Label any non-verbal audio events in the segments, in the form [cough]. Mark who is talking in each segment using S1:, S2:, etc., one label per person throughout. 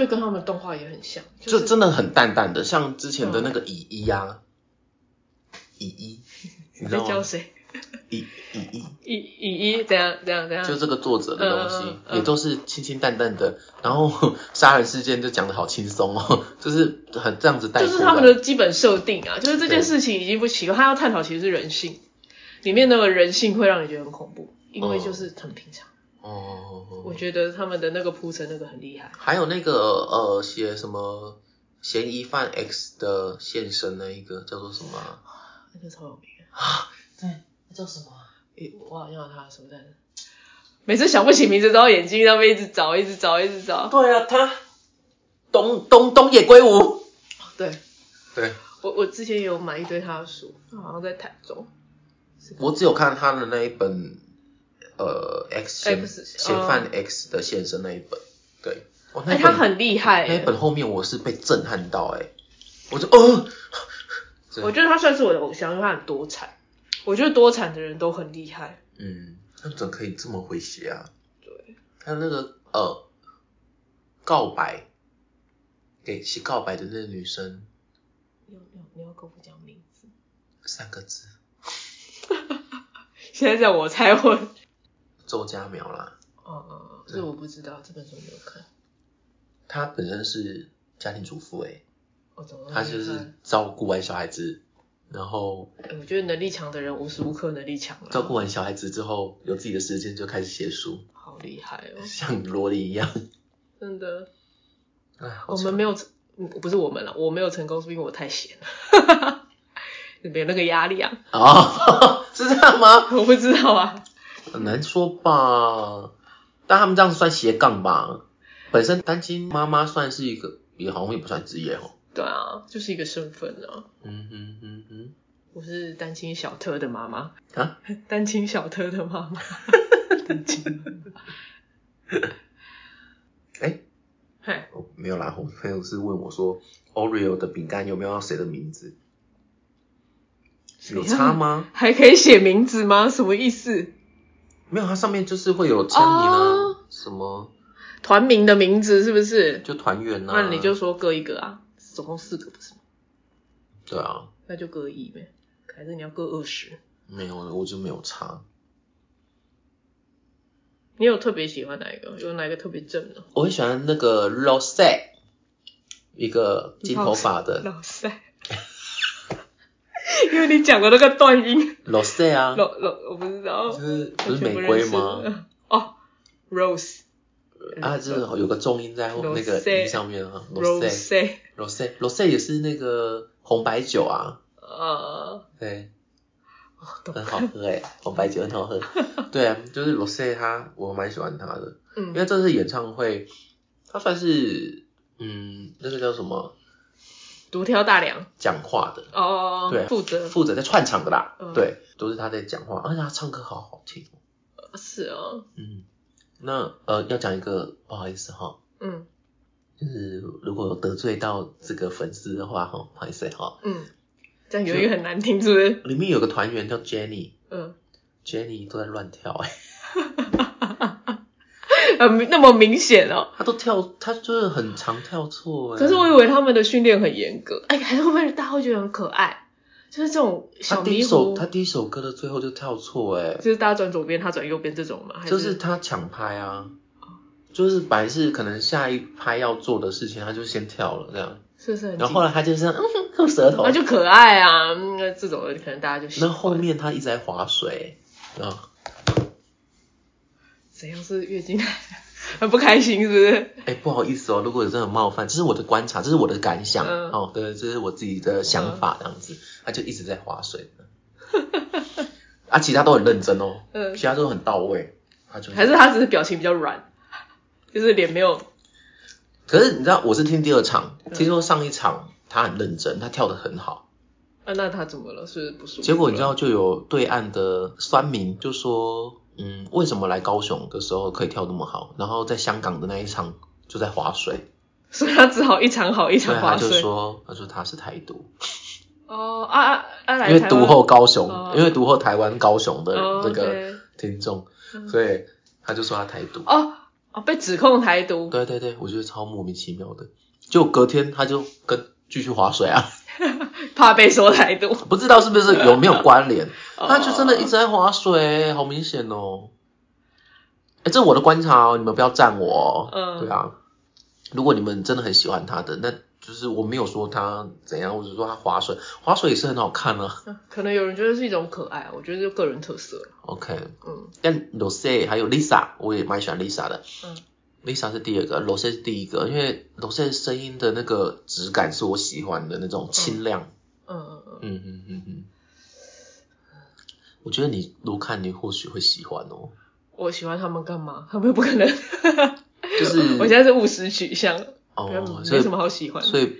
S1: 得跟他们动画也很像，
S2: 就是真的很淡淡的，像之前的那个乙一啊，乙一，你
S1: 你
S2: 知
S1: 在
S2: 道
S1: 教
S2: 吗？
S1: 谁？
S2: 乙乙一，
S1: 乙乙一怎样怎样怎样？
S2: 就这个作者的东
S1: 嗯嗯嗯
S2: 西，
S1: 嗯
S2: 也都是清清淡淡的，然后 [laughs] 杀人事件就讲的好轻松哦，就是很这样子带
S1: 就
S2: 过
S1: 是他们
S2: 来
S1: 的基本设定啊，就是这件
S2: 对
S1: 事情已经不奇怪，他要探讨其实是人性，里面那个人性会让你觉得很恐怖，因为就是很平常。
S2: 哦，
S1: 我觉得他们的那个铺陈那个很厉害，
S2: 还有那个呃写什么嫌疑犯 X 的现身那一个叫做什么啊、
S1: 那个超有名的。
S3: 对，那叫什么啊？
S1: 诶我好像有他的什么来着？每次想不起名字，都要眼睛那边一直找，一直找，一直找。
S2: 对啊，他东东东野圭吾。
S1: 对
S2: 对，
S1: 我，我之前也有买一堆他的书，他好像在台中。
S2: 我只有看他的那一本呃 X 嫌
S1: X，哦
S2: 嫌犯 X 的现身那一本。对，哦，那
S1: 哎、
S2: 一
S1: 他
S2: 本、
S1: 很厉害、
S2: 那一
S1: 欸，
S2: 本后面我是被震撼到哎、我就哦，对
S1: 我觉得他算是我的偶像，因为他很多产。我觉得多产的人都很厉害。
S2: 嗯，他怎么可以这么会写啊？
S1: 对，
S2: 他那个呃告白给写告白的那个女生
S1: 你要你要你要跟我讲名字。
S2: 三个字。
S1: 现在在我猜我，
S2: 嗯周家苗啦，
S1: 哦、
S2: 对
S1: 这我不知道，这本书没有看。
S2: 她本身是家庭主妇诶、
S1: 我怎么
S2: 她就是照顾完小孩子，然后
S1: 哎、我觉得能力强的人无时无刻能力强了，啊
S2: 照顾完小孩子之后，有自己的时间就开始
S1: [laughs]
S2: 写书，
S1: 好厉害哦，
S2: 像萝莉一样。
S1: 真的。
S2: 哎，好
S1: 我
S2: 惨
S1: 们没有成，嗯不是我们了，我没有成功是因为我太闲 [laughs] 了，没有那个压力
S2: [laughs]
S1: 啊，
S2: [laughs] 哦，是这样吗？
S1: 我不知道啊。
S2: 很难说吧，但他们这样算斜杠吧？本身单亲妈妈算是一个，也好像也不算职业哦。
S1: 对啊，就是一个身份啊。
S2: 嗯哼哼哼，
S1: 我是单亲小特的妈妈
S2: 啊，
S1: 单亲小特的妈妈，单亲。
S2: 哎
S1: 嗨，
S2: 哦没有啦，我朋友是问我说，Oreo 的饼干有没有要谁的名字？
S1: 啊
S2: 有差吗？
S1: 还可以写名字吗？什么意思？
S2: 没有，它上面就是会有签名啊，
S1: 哦
S2: 什么
S1: 团名的名字是不是？
S2: 就团圆啊。
S1: 那你就说各一个啊，总共四个不是吗？
S2: 对啊，
S1: 那就各一呗，还是你要各二十？
S2: 没有，我就没有差。
S1: 你有特别喜欢哪一个？有哪一个特别正的？
S2: 我很喜欢那个 Rosé，一个金头发的
S1: 老塞， [laughs] 因为你讲的那个断音，
S2: Rosé 啊，
S1: 老老我不知道
S2: 就，是不
S1: 完
S2: 是
S1: 全
S2: 玫
S1: 认
S2: 瑰
S1: 识
S2: 吗？？
S1: 哦，Rose
S2: 啊，就是有个重音在后那个
S1: Rosé
S2: 音上面啊 Rosé
S1: Rose，
S2: Rosé Rosé 也是那个红白酒啊，
S1: 呃，
S2: 对。
S1: 哦懂
S2: 很好喝哎、 [laughs] 红白酒很好喝。
S1: [laughs]
S2: 对啊，就是 Rosé 他，我蛮喜欢他的，因为
S1: 嗯，
S2: 这次演唱会，他算是嗯，那个叫什么
S1: 独挑大梁
S2: 讲话的，
S1: 哦，
S2: 对啊
S1: 负责
S2: 负责在串场的啦，
S1: 嗯
S2: 对，都是他在讲话，而且他唱歌好好听哦。
S1: 是哦，
S2: 嗯，那呃，要讲一个不好意思哈、
S1: 嗯
S2: 就是如果有得罪到这个粉丝的话哈、不好意思哈、
S1: 嗯，这样有一个很难听，是不是？
S2: 里面有个团员叫 Jenny，Jenny
S1: 嗯，
S2: 都在乱跳哎、
S1: 呃，那么明显哦。
S2: 她都跳，她就是很常跳错哎、
S1: 可是我以为他们的训练很严格，哎，还是会不会大家会觉得很可爱？就是这种
S2: 他
S1: 小
S2: 第一
S1: 迷
S2: 首
S1: 糊，
S2: 啊他第一首歌的最后就跳错哎、
S1: 就是大家转左边，他转右边这种嘛，还
S2: 就是他抢拍啊，就是本来是可能下一拍要做的事情，他就先跳了这样，
S1: 是不是很
S2: 然
S1: 紧
S2: 后后来他就是这样嗯吐舌头，
S1: 啊就可爱啊，嗯那这种可能大家就喜
S2: 那
S1: 欢
S2: 后面他一直在划水啊，
S1: 怎样是月经来，很不开心是不是？
S2: 哎、不好意思哦，如果有这种冒犯，这是我的观察，这是我的感想、
S1: 嗯
S2: 哦，对，这是我自己的想法这样子，他就一直在划
S1: [laughs]
S2: 水，啊，其他都很认真哦，
S1: 嗯
S2: 其他都很到位，他就
S1: 还是他只是表情比较软，就是脸没有
S2: 可是你知道，我是听第二场，听说上一场他很认真，他跳得很好。
S1: 啊？那他怎么了？是不是不舒服？
S2: 结果你知，道，就有对岸的酸民就说，嗯，为什么来高雄的时候可以跳那么好，然后在香港的那一场就在划水，
S1: 所以他只好一场好一
S2: [laughs] 所以
S1: 场
S2: 他
S1: 划
S2: 就
S1: 水。
S2: 说，他说他是台独，
S1: 哦啊啊啊！来
S2: 因为
S1: 台湾
S2: 独后高雄，
S1: 哦
S2: 因为独后台湾高雄的
S1: 哦
S2: 那个
S1: OK
S2: 听众，
S1: 嗯
S2: 所以他就说他台独。
S1: 哦哦，被指控台独，
S2: 对对对，我觉得超莫名其妙的。就隔天他就跟继续划水啊， [laughs]
S1: 怕被说台独，
S2: 不知道是不是有没有关联， [laughs] 他就真的一直
S1: 哦
S2: 在划水，好明显哦。哎，这是我的观察哦，你们不要赞我哦。
S1: 嗯
S2: 对啊，如果你们真的很喜欢他的，那就是我没有说他怎样，我只是说他划水，划水也是很好看啊。
S1: 哦可能有人觉得是一种可爱，我觉得就个人特色了
S2: OK，
S1: 嗯
S2: 但 Rose 还有 Lisa，我也蛮喜欢 Lisa 的。
S1: 嗯
S2: Lisa 是第二个，Rose 是第一个，因为 Rose 声音的那个质感是我喜欢的那种清亮。
S1: 嗯嗯嗯，
S2: 嗯嗯嗯嗯。我觉得你如看，你或许会喜欢哦。
S1: 我喜欢他们干嘛？他们又不可能，
S2: [laughs] 就是
S1: [laughs] 我现在是务实取向，没有
S2: 哦，所
S1: 没
S2: 以
S1: 什么好喜欢的，
S2: 所以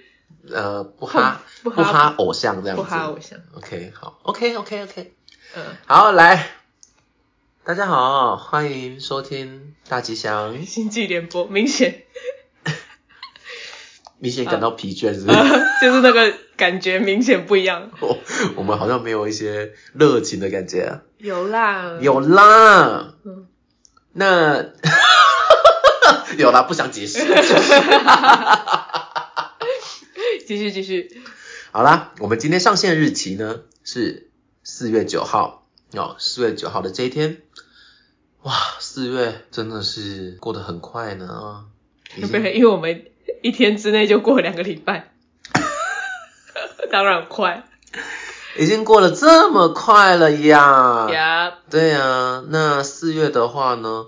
S2: 呃不哈
S1: 不哈
S2: 不哈偶像这样子。
S1: 不哈偶像，
S2: OK 好 OK OK OK
S1: 嗯，
S2: 好来，大家好，欢迎收听大吉祥。
S1: 星际联播明显
S2: 明显感到疲倦，是不是？
S1: 呃就是那个感觉明显不一样，
S2: 我 [laughs] 我们好像没有一些热情的感觉、啊。
S1: 有啦，
S2: 有啦，
S1: 嗯
S2: 那 [laughs] 有啦，不想解释。
S1: 继续继续，
S2: 好啦，我们今天上线日期呢是四月九号哦，四月九号的这一天，哇，四月真的是过得很快呢啊，已
S1: 不然
S2: 经
S1: 因为我们一天之内就过两个礼拜， [laughs] 当然快
S2: 已经过得这么快了呀。
S1: 呀，
S2: 对啊，那四月的话呢，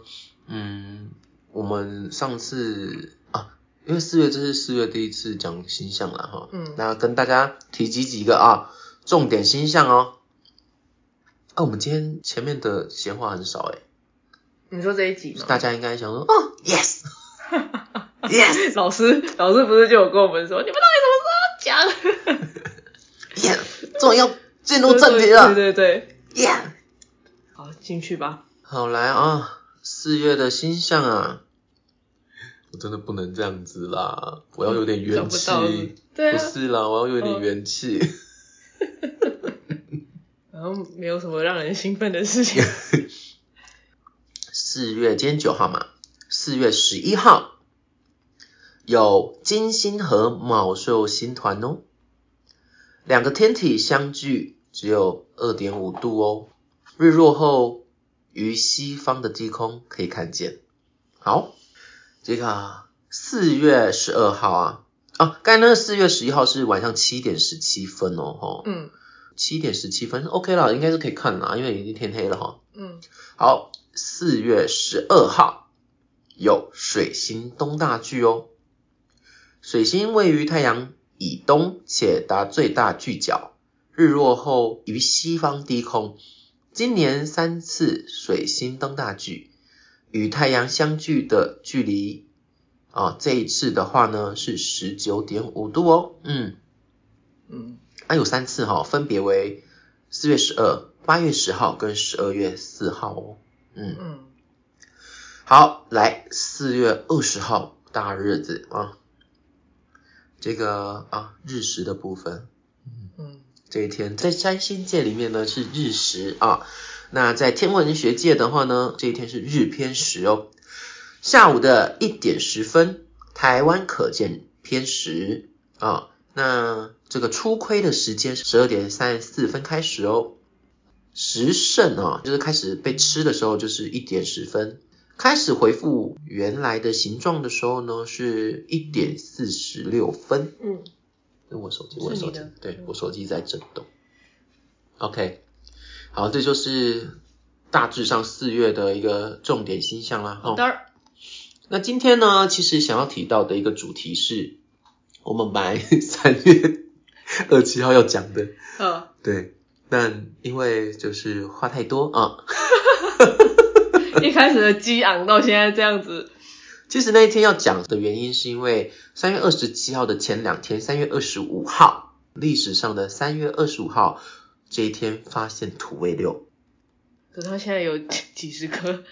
S2: 嗯，我们上次啊，因为四月这是四月第一次讲星象了哈，
S1: 嗯
S2: 那跟大家提及几个啊重点星象哦。啊，我们今天前面的闲话很少诶、
S1: 你说这一集吗？ [laughs]
S2: 大家应该想说，哦，yes，yes。yes,
S1: 老师，老师不是就有跟我们说，你们到底什么时候讲？
S2: yes，终
S1: [laughs]
S2: 于要进入正题了
S1: 对对对，
S2: ，yeah。
S1: 好，进去吧。
S2: 好来啊，四月的星象啊，我真的不能这样子啦，我要有点元气
S1: 嗯找不到是不是。对啊
S2: 不是啦，我要有点元气。
S1: 然后没有什么让人兴奋的事
S2: [laughs]
S1: 情。
S2: [laughs] 四、月今天九号嘛，四月十一号有金星和卯宿星团哦，两个天体相距只有二点五度哦，日落后于西方的低空可以看见。好，这个啊四月十二号啊，啊，刚才那个四月十一号是晚上七点十七分哦，吼、
S1: 嗯
S2: 七点十七分 OK 啦，应该是可以看啦，因为已经天黑了哈。
S1: 嗯，
S2: 好，四月十二号有水星东大距哦。水星位于太阳以东，且达最大距角，日落后于西方低空。今年三次水星东大距与太阳相距的距离啊，这一次的话呢是十九点五度哦。嗯，
S1: 嗯，
S2: 啊有三次哈、分别为四月十二、八月十号跟十二月四号哦。嗯，
S1: 嗯，
S2: 好，来四月二十号大日子啊，这个啊日食的部分，
S1: 嗯，
S2: 这一天在占星界里面呢是日食啊，那在天文学界的话呢，这一天是日偏食哦。下午的一点十分，台湾可见偏食啊。那这个初亏的时间十二点三十四分开始哦。食剩啊，就是开始被吃的时候，就是一点十分。开始回复原来的形状的时候呢，是一点四十六分。
S1: 嗯，
S2: 因为我手机，
S1: 是
S2: 我的手
S1: 你
S2: 机
S1: 的，
S2: 对
S1: 嗯
S2: 我手机在震动。OK，好，这就是大致上四月的一个重点星象啦。
S1: 好
S2: 齁
S1: 的儿。
S2: 那今天呢，其实想要提到的一个主题是，我们本来 [laughs] 三月二七号要讲的，
S1: 呃，
S2: 对，但因为就是话太多啊，
S1: 一开始的激昂到现在这样子，
S2: 其实那一天要讲的原因是因为三月二十七号的前两天，三月二十五号，历史上的三月二十五号这一天发现土卫六。
S1: 可是他现在有几几十颗。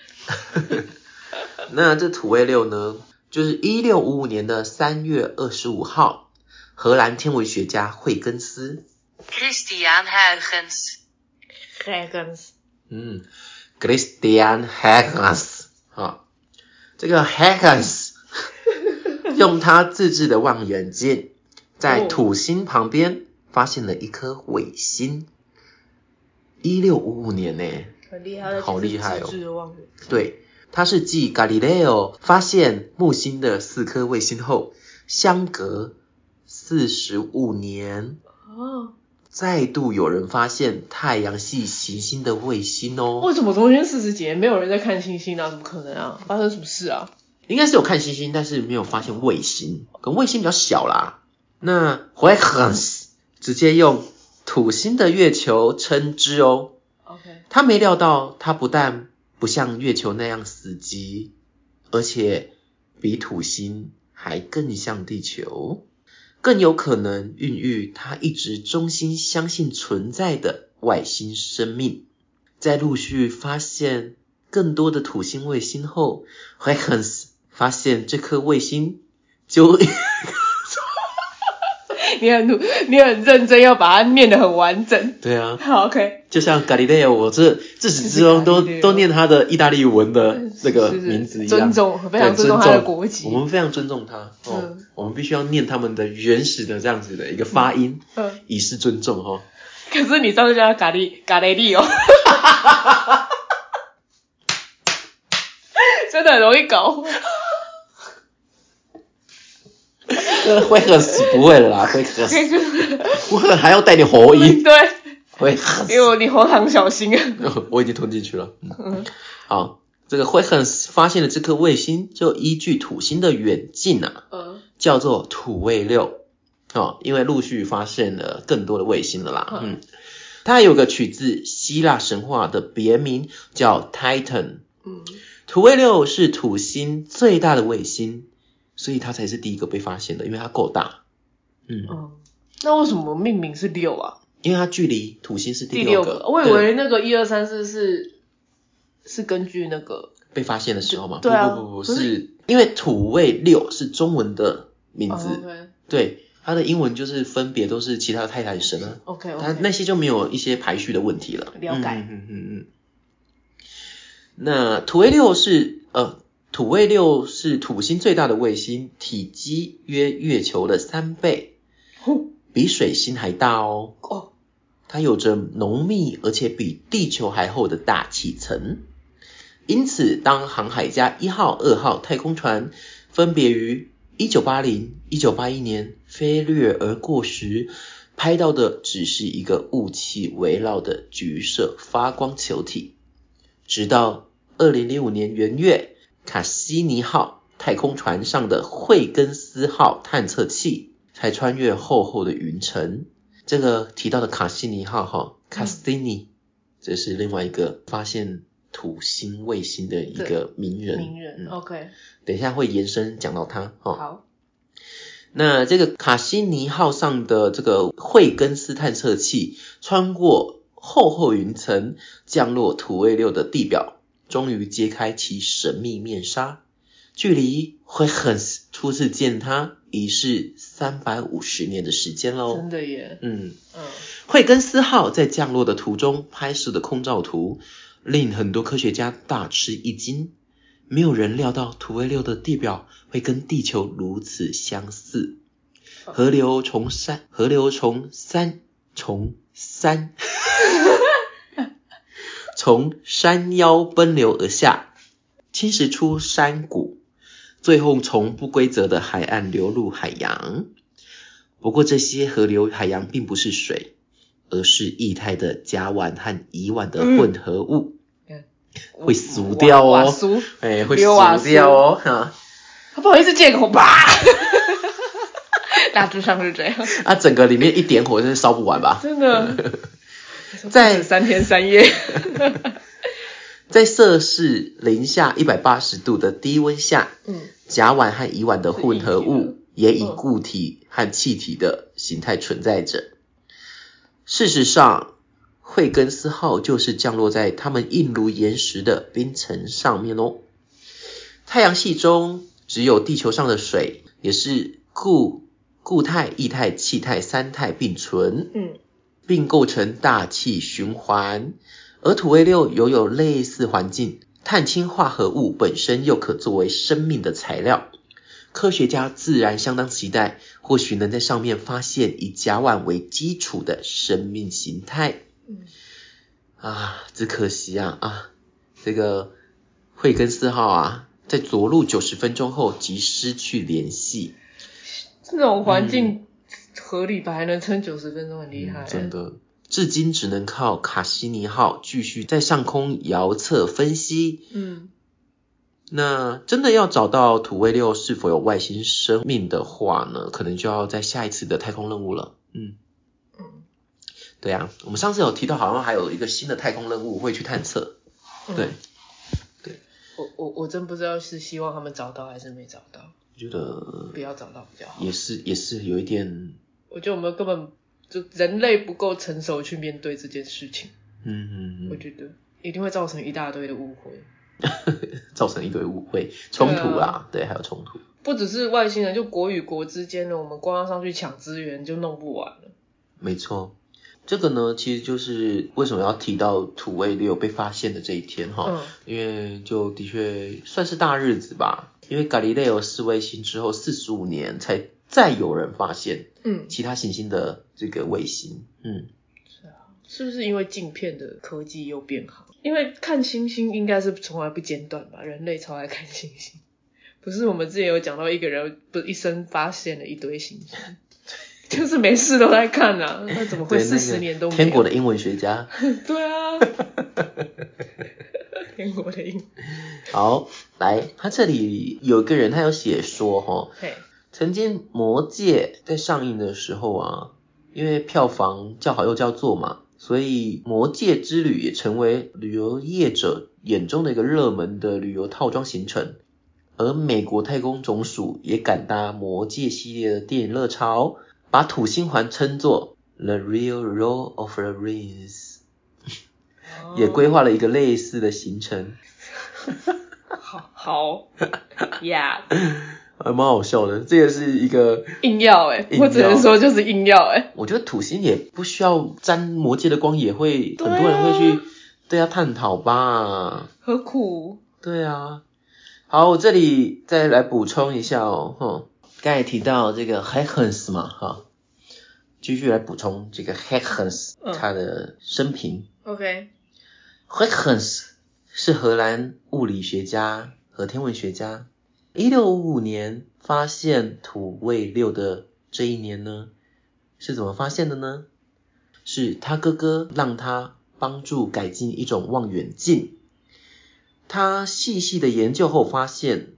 S2: 那这土卫六呢，就是一六五五年的三月二十五号，荷兰天文学家惠根斯，
S3: Christian Huygens.
S1: Dragons，
S2: 嗯，Christian Huygens 啊，这个 Hackers 用他自制的望远镜，在
S1: 哦
S2: 土星旁边发现了一颗卫星。一六五五年呢、
S1: 很厉害，
S2: 好厉害哦
S1: 自制的望远镜
S2: 对，它是继 Galileo 发现木星的四颗卫星后，相隔四十五年，
S1: 啊，
S2: 再度有人发现太阳系行星的卫星哦。
S1: 为什么中间四十几年没有人在看星星啊？怎么可能啊？发生什么事啊？
S2: 应该是有看星星，但是没有发现卫星，可能卫星比较小啦。那 h u g n s 直接用土星的月球称之哦。
S1: OK，
S2: 他没料到，他不但不像月球那样死机，而且比土星还更像地球，更有可能孕育他一直衷心相信存在的外星生命。在陆续发现更多的土星卫星后 h a k e n s 发现这颗卫星
S1: [laughs]
S2: 就
S1: [laughs] 你很努你很认真，要把它念得很完 [laughs] 整。
S2: 对啊，
S1: 好，OK，
S2: 就像 Galileo，我这自始至终都
S1: 这是 Galileo
S2: 都念他的意大利文的那个
S1: 是是
S2: 名字一
S1: 尊
S2: 样，
S1: 重非常
S2: 对
S1: 尊重他的国籍
S2: 我们非常尊重他。哦
S1: 嗯，
S2: 我们必须要念他们的原始的这样子的一个发音，
S1: 嗯，
S2: 以示尊重哦哈。
S1: 可是你上次叫他咖喱咖喱利哦， [laughs] 真的很容易搞混。
S2: 会很死不会了啦，会很
S1: [laughs]
S2: 死， [laughs] 我可能还要带点喉音，
S1: 对，
S2: 会很死 [laughs]
S1: 因为我你喉糖小心啊。
S2: 我已经吞进去了。嗯
S1: 嗯
S2: 好，这个 h u g 发现了这颗卫星，就依据土星的远近啊，
S1: 嗯
S2: 叫做土卫六哦，因为陆续发现了更多的卫星了啦。
S1: 嗯
S2: 嗯，它有个取自希腊神话的别名叫 Titan。
S1: 嗯，
S2: 土卫六是土星最大的卫星，所以它才是第一个被发现的，因为它够大。嗯，
S1: 嗯，那为什么命名是六啊？
S2: 因为它距离土星是
S1: 第
S2: 第六
S1: 个
S2: 个。，
S1: 我以
S2: 对
S1: 为那个一二三四是是根据那个
S2: 被发现的时候嘛，
S1: 对啊
S2: 不不不不
S1: 可是
S2: 是，因为土卫六是中文的名字，
S1: 哦
S2: 对，它的英文就是分别都是其他的泰坦神啊，
S1: ，OK OK
S2: 它
S1: OK，
S2: 那些就没有一些排序的问题了。
S1: 了解
S2: 嗯嗯嗯嗯。那土卫六是呃，土卫六是土星最大的卫星，体积约月球的三倍，
S1: 呼
S2: 比水星还大哦。
S1: 哦，
S2: 它有着浓密而且比地球还厚的大气层，因此当航海家一号、二号太空船分别于1980、1981年飞掠而过时，拍到的只是一个雾气围绕的橘色发光球体。直到2005年元月，卡西尼号太空船上的惠根斯号探测器才穿越厚厚的云层。这个提到的卡西尼号哈，卡斯蒂尼，这是另外一个发现土星卫星的一个名人。
S1: 名人
S2: 嗯
S1: OK
S2: 等一下会延伸讲到他哦。
S1: 好，
S2: 那这个卡西尼号上的这个惠根斯探测器穿过厚厚云层，降落土卫六的地表，终于揭开其神秘面纱。距离惠肯斯初次见他已是三百五十年的时间喽
S1: 真。的耶，
S2: 嗯，
S1: 嗯
S2: 惠根斯号在降落的途中拍摄的空照图，令很多科学家大吃一惊。没有人料到土卫六的地表会跟地球如此相似。河流从山，河流从山，从山， [laughs] 从山腰奔流而下，侵蚀出山谷，最后从不规则的海岸流入海洋。不过这些河流、海洋并不是水，而是液态的甲烷和乙烷的混合物，会俗掉
S1: 瓦
S2: 哦
S1: 瓦苏，
S2: 嗯哎、会
S1: 硫瓦
S2: 死
S1: 斯
S2: 掉哦，哈，
S1: 他不好意思借口吧， [laughs] 大致上是这样，
S2: [laughs] 啊，整个里面一点火真是烧不完吧？
S1: 真 [laughs] 的，
S2: 在
S1: 三天三夜，
S2: 在摄氏零下一百八十度的低温下，
S1: [laughs] 嗯
S2: 甲烷和乙烷的混合
S1: 是液体的
S2: 物也以
S1: 嗯
S2: 固体和气体的形态存在着。事实上，惠根斯号就是降落在它们硬如岩石的冰层上面哦。太阳系中只有地球上的水也是固固态、液态、气态三态并存，
S1: 嗯，
S2: 并构成大气循环。而土卫六拥有类似环境，碳氢化合物本身又可作为生命的材料，科学家自然相当期待，或许能在上面发现以甲烷为基础的生命形态。
S1: 嗯，
S2: 啊，只可惜啊啊，这个慧根四号啊，在着陆九十分钟后即失去联系，
S1: 这种环境合理吧，还能撑九十分钟，很厉害、
S2: 嗯真。的，至今只能靠卡西尼号继续在上空遥测分析。
S1: 嗯，
S2: 那真的要找到土卫六是否有外星生命的话呢，可能就要在下一次的太空任务了。嗯
S1: 嗯，
S2: 对啊，我们上次有提到，好像还有一个新的太空任务会去探测。
S1: 嗯
S2: 对，
S1: 我我我真不知道是希望他们找到还是没找到，
S2: 我觉得
S1: 不要找到比较好。
S2: 也是也是有一点
S1: 我觉得我们根本就人类不够成熟去面对这件事情，
S2: 嗯，
S1: 我觉得一定会造成一大堆的误会，
S2: 造成一堆误
S1: 啊
S2: 会冲突啦，对，还有冲突，
S1: 不只是外星人，就国与国之间的，我们光要上去抢资源就弄不完了。
S2: 没错。这个呢，其实就是为什么要提到土卫六被发现的这一天哈，
S1: 嗯
S2: 因为就的确算是大日子吧，因为伽利略有四卫星之后四十五年才再有人发现
S1: 嗯，
S2: 其他行星的这个卫星，嗯，
S1: 是不是因为镜片的科技又变好？因为看星星应该是从来不间断吧，人类超爱看星星。 [laughs] 不是我们之前有讲到一个人不是一生发现了一堆星星， [laughs] 就是没事都在看
S2: [laughs]
S1: 啊，那怎么会
S2: 对，
S1: 四
S2: 那
S1: 十
S2: 个
S1: 年都没有？
S2: 天国的英文学家，
S1: [laughs] 对
S2: [laughs]
S1: 啊，天国的英，
S2: 好，来，他这里有一个人他有写说哈，
S1: 嘿，
S2: 曾经《魔戒》在上映的时候啊，因为票房叫好又叫座嘛，所以《魔戒之旅》也成为旅游业者眼中的一个热门的旅游套装行程。而美国太空总署也赶搭《魔戒》系列的电影热潮，把土星环称作 The Real Road of the Rings，也规划了一个类似的行程，
S1: 好 [laughs] 好呀
S2: 还蛮好笑的。这也是一个
S1: 硬要哎、
S2: 硬要
S1: 我只能说就是硬要哎、
S2: 我觉得土星也不需要沾魔界的光，也会
S1: 对
S2: 很
S1: 啊
S2: 多人会去对它探讨吧。
S1: 何苦？
S2: 对啊，好，我这里再来补充一下哦，哼，刚才提到这个 Hackens 嘛，哈，继续来补充这个 Hackens
S1: 嗯
S2: 他的生平。
S1: OK，
S2: Huygens 是荷兰物理学家和天文学家。一六五五年发现土卫六的这一年呢，是怎么发现的呢？是他哥哥让他帮助改进一种望远镜。他细细的研究后发现，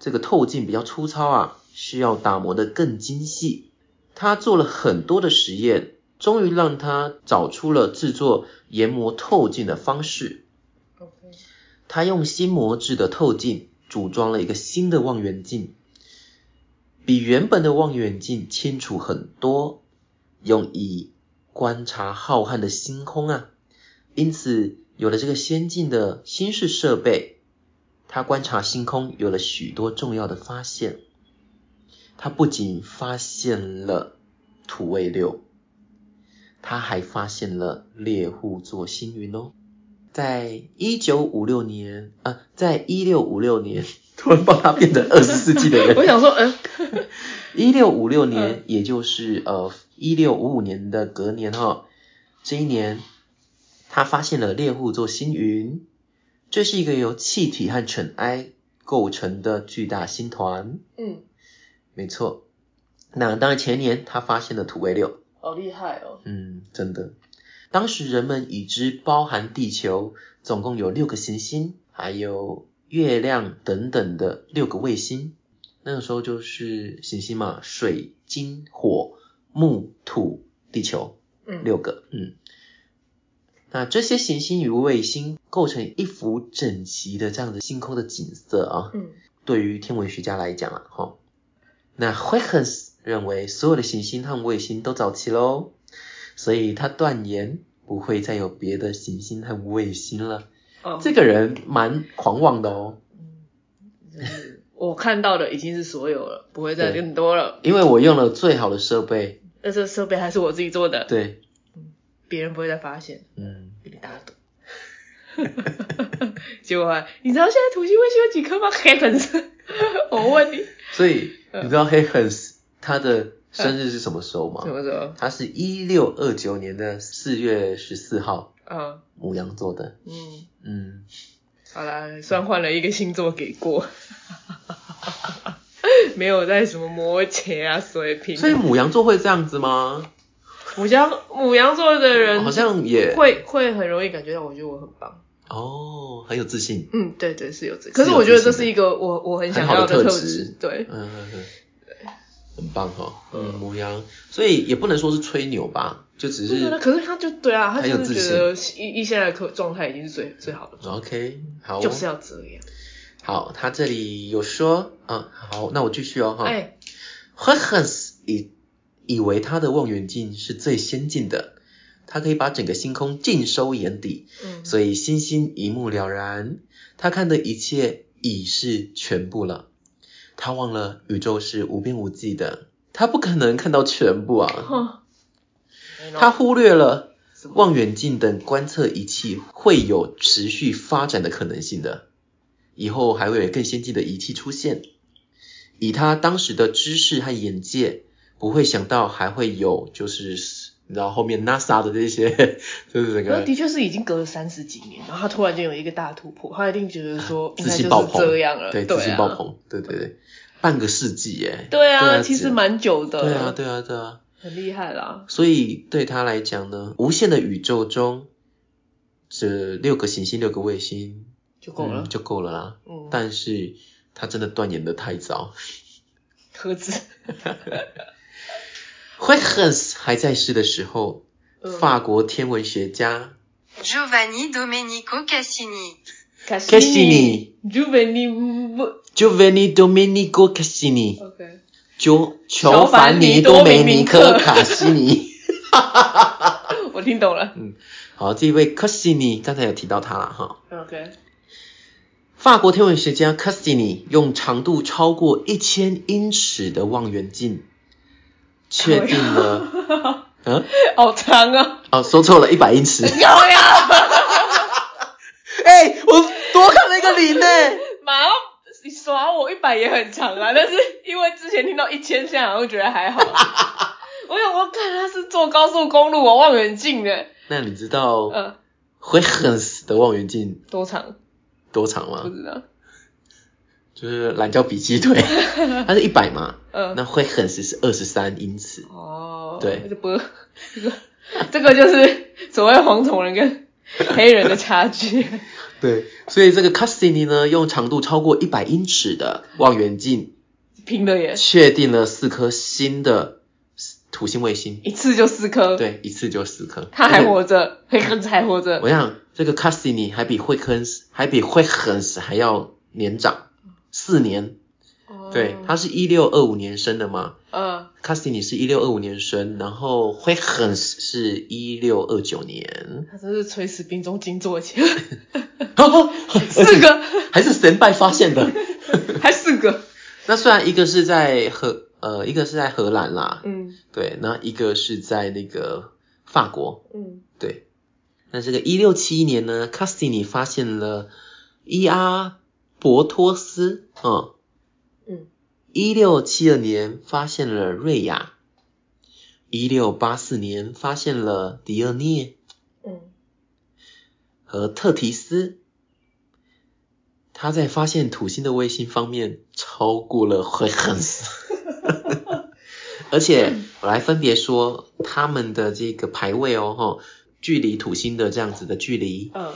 S2: 这个透镜比较粗糙啊，需要打磨得更精细。他做了很多的实验，终于让他找出了制作研磨透镜的方式。
S1: OK，
S2: 他用新磨制的透镜组装了一个新的望远镜，比原本的望远镜清楚很多，用以观察浩瀚的星空啊。因此，有了这个先进的新式设备，他观察星空有了许多重要的发现。他不仅发现了土卫六，他还发现了猎户座星云哦。在一九五六年啊，在一六五六年，突然帮他变成二十世纪的
S1: 我
S2: 人。
S1: 想说，嗯、
S2: 一六五六年，
S1: 嗯
S2: 也就是呃一六五五年的隔年哈，这一年他发现了猎户座星云，这是一个由气体和尘埃构成的巨大星团。
S1: 嗯，
S2: 没错，那当然前年他发现了土卫六，
S1: 好厉害哦，
S2: 嗯，真的。当时人们已知包含地球总共有六个行星，还有月亮等等的六个卫星。那个时候就是行星嘛，水、金、火、木、土、地球
S1: 嗯，
S2: 六个。嗯，那这些行星与卫星构成一幅整齐的这样的星空的景色啊。
S1: 嗯
S2: 对于天文学家来讲啊，哈，那 Huygens 认为所有的行星和卫星都早期喽，所以他断言不会再有别的行星和卫星了。
S1: 哦，
S2: 这个人蛮狂妄的哦，
S1: 就是嗯我看到的已经是所有了，不会再
S2: 对
S1: 更多了。
S2: 因为我用了最好的设备，
S1: 那这设备还是我自己做的，
S2: 对，
S1: 别人不会再发现， [laughs]
S2: 嗯，
S1: 给你打赌。结果后来你知道现在土星卫星有几颗吗？Heavens，我 [laughs] 问你
S2: 所以你知道 h e h e n s 他的生日是什么时候
S1: 什
S2: 吗？
S1: 么时候？
S2: 他是一六二九年的四月十四号，
S1: 啊，
S2: 母羊座的。
S1: 嗯，
S2: 嗯，
S1: 好啦，算换了一个星座给过， [laughs] 没有在什么摩羯啊、水瓶啊，
S2: 所以母羊座会这样子吗？
S1: 母羊母羊座的人
S2: 哦好像也
S1: 会会很容易感觉到，我觉得我很棒。
S2: 哦，很有自信。
S1: 嗯，对对是有这个，
S2: 是有
S1: 可是我觉得这
S2: 自信的
S1: 是一个我我很想
S2: 很好
S1: 要
S2: 的特
S1: 特
S2: 质
S1: 质，对，
S2: 嗯，嗯嗯很棒哦。嗯，母羊，所以也不能说是吹牛吧，就只
S1: 对啊
S2: 是
S1: 可是他就对啊，他
S2: 很有
S1: 就是
S2: 自
S1: 觉
S2: 信
S1: 得一一现在的可状态已经是最最好的，
S2: OK，好哦，
S1: 就是要这样。
S2: 好，他这里有说啊，好，那我继续哦哈。
S1: 哎，
S2: 赫赫斯以以为他的望远镜是最先进的，他可以把整个星空尽收眼底，
S1: 嗯，
S2: 所以星星一目了然。他看的一切已是全部了，他忘了宇宙是无边无际的，他不可能看到全部啊。
S1: 哼，
S2: 他忽略了
S1: 什么
S2: 望远镜等观测仪器会有持续发展的可能性的，以后还会有更先进的仪器出现。以他当时的知识和眼界，不会想到还会有就是你知道后面 NASA 的这些，就是整
S1: 那
S2: 个
S1: 的确是已经隔了三十几年，然后他突然间有一个大突破，他一定觉得说应
S2: 啊自
S1: 该就
S2: 信爆
S1: 是
S2: 棚，
S1: 这样了，
S2: 对，
S1: 对
S2: 自信
S1: 啊
S2: 爆，棚，对对对，半个世纪耶，
S1: 对
S2: 对啊
S1: 啊，其
S2: 姐
S1: 实蛮久的，
S2: 对啊对啊对啊，
S1: 很厉害啦，
S2: 所以对他来讲呢，无限的宇宙中，这六个行星六个卫星
S1: 就够了
S2: 嗯，就够了啦。
S1: 嗯，
S2: 但是他真的断言的太早。
S1: 盒子，
S2: h u g e n s 还在世的时候，
S1: 嗯
S2: 法国天文学家
S3: Giovanni Domenico Cassini.
S1: 卡西
S2: Cassini
S1: Giovanni 不
S2: Giovanni Domenico Cassini，
S1: OK，
S2: 乔
S1: 乔
S2: 乔凡
S1: 凡尼
S2: 尼
S1: 多
S2: 多梅
S1: 美
S2: 尼
S1: 尼
S2: 科
S1: 克
S2: 卡西尼。
S1: 我听懂了
S2: 好，这一位 Cassini 刚才有提到他了哈。
S1: ，OK，
S2: 法国天文学家 Cassini 用长度超过一千英尺的望远镜，确定了，嗯，
S1: [laughs] 好长啊，
S2: 哦，说错了，一百英尺。
S1: 高呀，
S2: [laughs] 哎、我多看了一个零呢、
S1: 马上你耍我一百也很长啊，但是因为之前听到一千，现在好像觉得
S2: [laughs]
S1: 还好。我想我看他是坐高速公路，我望远镜的，
S2: 那你知道
S1: 嗯，
S2: 会很死的望远镜
S1: 多长
S2: 多长
S1: 不
S2: 吗？
S1: 知道，
S2: 就是懒觉比鸡 [laughs] 腿，它是一百嘛，
S1: 嗯，
S2: 那会很死是二十三英尺。
S1: 哦，
S2: 对
S1: 这不， [laughs] 这个这个就是所谓黄种人跟黑人的差距， [laughs]
S2: 对，所以这个 Cassini 呢，用长度超过一百英尺的望远镜，
S1: 拼的耶，
S2: 确定了四颗新的土星卫星。
S1: 一次就四颗，
S2: 对，一次就四颗。
S1: 他还
S2: 而且
S1: 活着，黑人还活着，
S2: 我想这个 Cassini 还比惠恩斯还比惠恩斯还要年长四年。对
S1: 哦，
S2: 他是一六二五年生的嘛
S1: 嗯，
S2: ，Cassini 是一六二五年生，然后惠恩斯是一六二
S1: [laughs]
S2: 九年，
S1: 他真是垂死病中惊坐起，
S2: 四
S1: 四个
S2: 还是神拜发现的。
S1: [laughs] 还四个，
S2: 那虽然一个是在荷呃一个是在荷兰啦，
S1: 嗯
S2: 对，那一个是在那个法国，
S1: 嗯，
S2: 对，那这个一六七一年呢，Cassini 发现了伊阿伯托斯，嗯
S1: 嗯，
S2: 一六七二年发现了瑞亚，一六八四年发现了迪厄涅
S1: 嗯
S2: 和特提斯。他在发现土星的卫星方面超过了惠恩斯， [laughs] 而且我来分别说他们的这个排位哦，哈，距离土星的这样子的距离，
S1: 嗯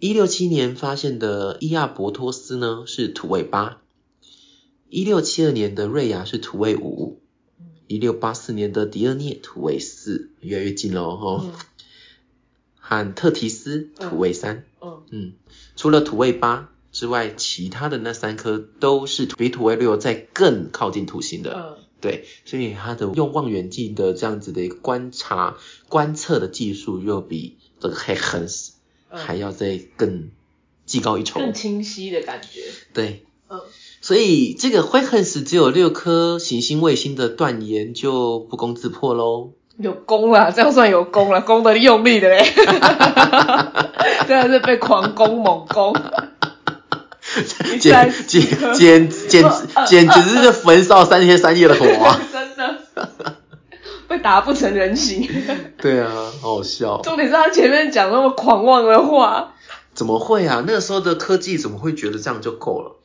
S2: 一六七年发现的伊亚伯托斯呢是土卫八，一六七二年的瑞亚是土卫五，一六八四年的迪厄涅土卫四，越来越近喽哈、
S1: 嗯
S2: 和特提斯土卫三，
S1: 嗯，
S2: 嗯，除了土卫八之外，其他的那三颗都是比土卫六再更靠近土星的，
S1: 嗯
S2: 对，所以它的用望远镜的这样子的一个观察观测的技术，又比这个黑恒星
S1: 嗯，
S2: 还要再更技高一筹。
S1: 更清晰的感觉，
S2: 对，
S1: 嗯
S2: 所以
S1: [laughs]
S2: 这个惠恒斯只有六颗行星卫星的断言就不攻自破喽。
S1: 有功啦，这样算有功啦，功的用力的
S2: [laughs]
S1: 嘞，真的是被狂攻猛攻，
S2: 简简简
S1: [laughs]
S2: 简
S1: 呃
S2: 简直是焚烧三天三夜的火啊！ [laughs]
S1: 真的被打不成人
S2: [laughs]
S1: 形。
S2: 对啊，好好笑。
S1: 重点是他前面讲那么狂妄的话，
S2: 怎么会啊？那时候的科技怎么会觉得这样就够了？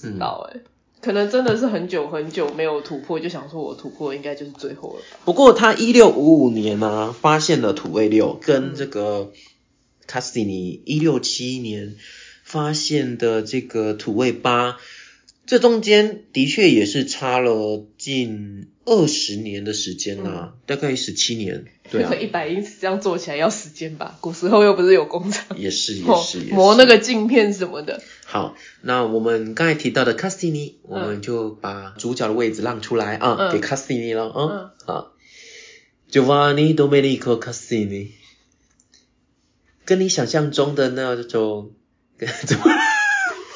S1: 不
S2: 嗯
S1: 知道哎、可能真的是很久很久没有突破，就想说我突破应该就是最后了吧。
S2: 不过他一六五五年呢、发现了土卫六，
S1: 嗯
S2: 跟这个卡斯蒂尼一六七一年发现的这个土卫八，这中间的确也是差了近二十年的时间呐、
S1: 嗯
S2: 大概十七年，对啊
S1: [laughs] 那个，一百英尺这样做起来要时间吧，古时候又不是有工厂，
S2: 也是
S1: [laughs]
S2: [laughs] 也
S1: 磨
S2: 是也是。
S1: 哦磨那个镜片什么的。
S2: 好，那我们刚才提到的卡斯蒂尼，我
S1: 嗯
S2: 们就把主角的位置让出来啊，
S1: 嗯
S2: 给卡斯蒂尼了啊
S1: [laughs] 嗯，
S2: 好，Giovanni Domenico Cassini，跟你想象中的那种， [laughs] 怎么？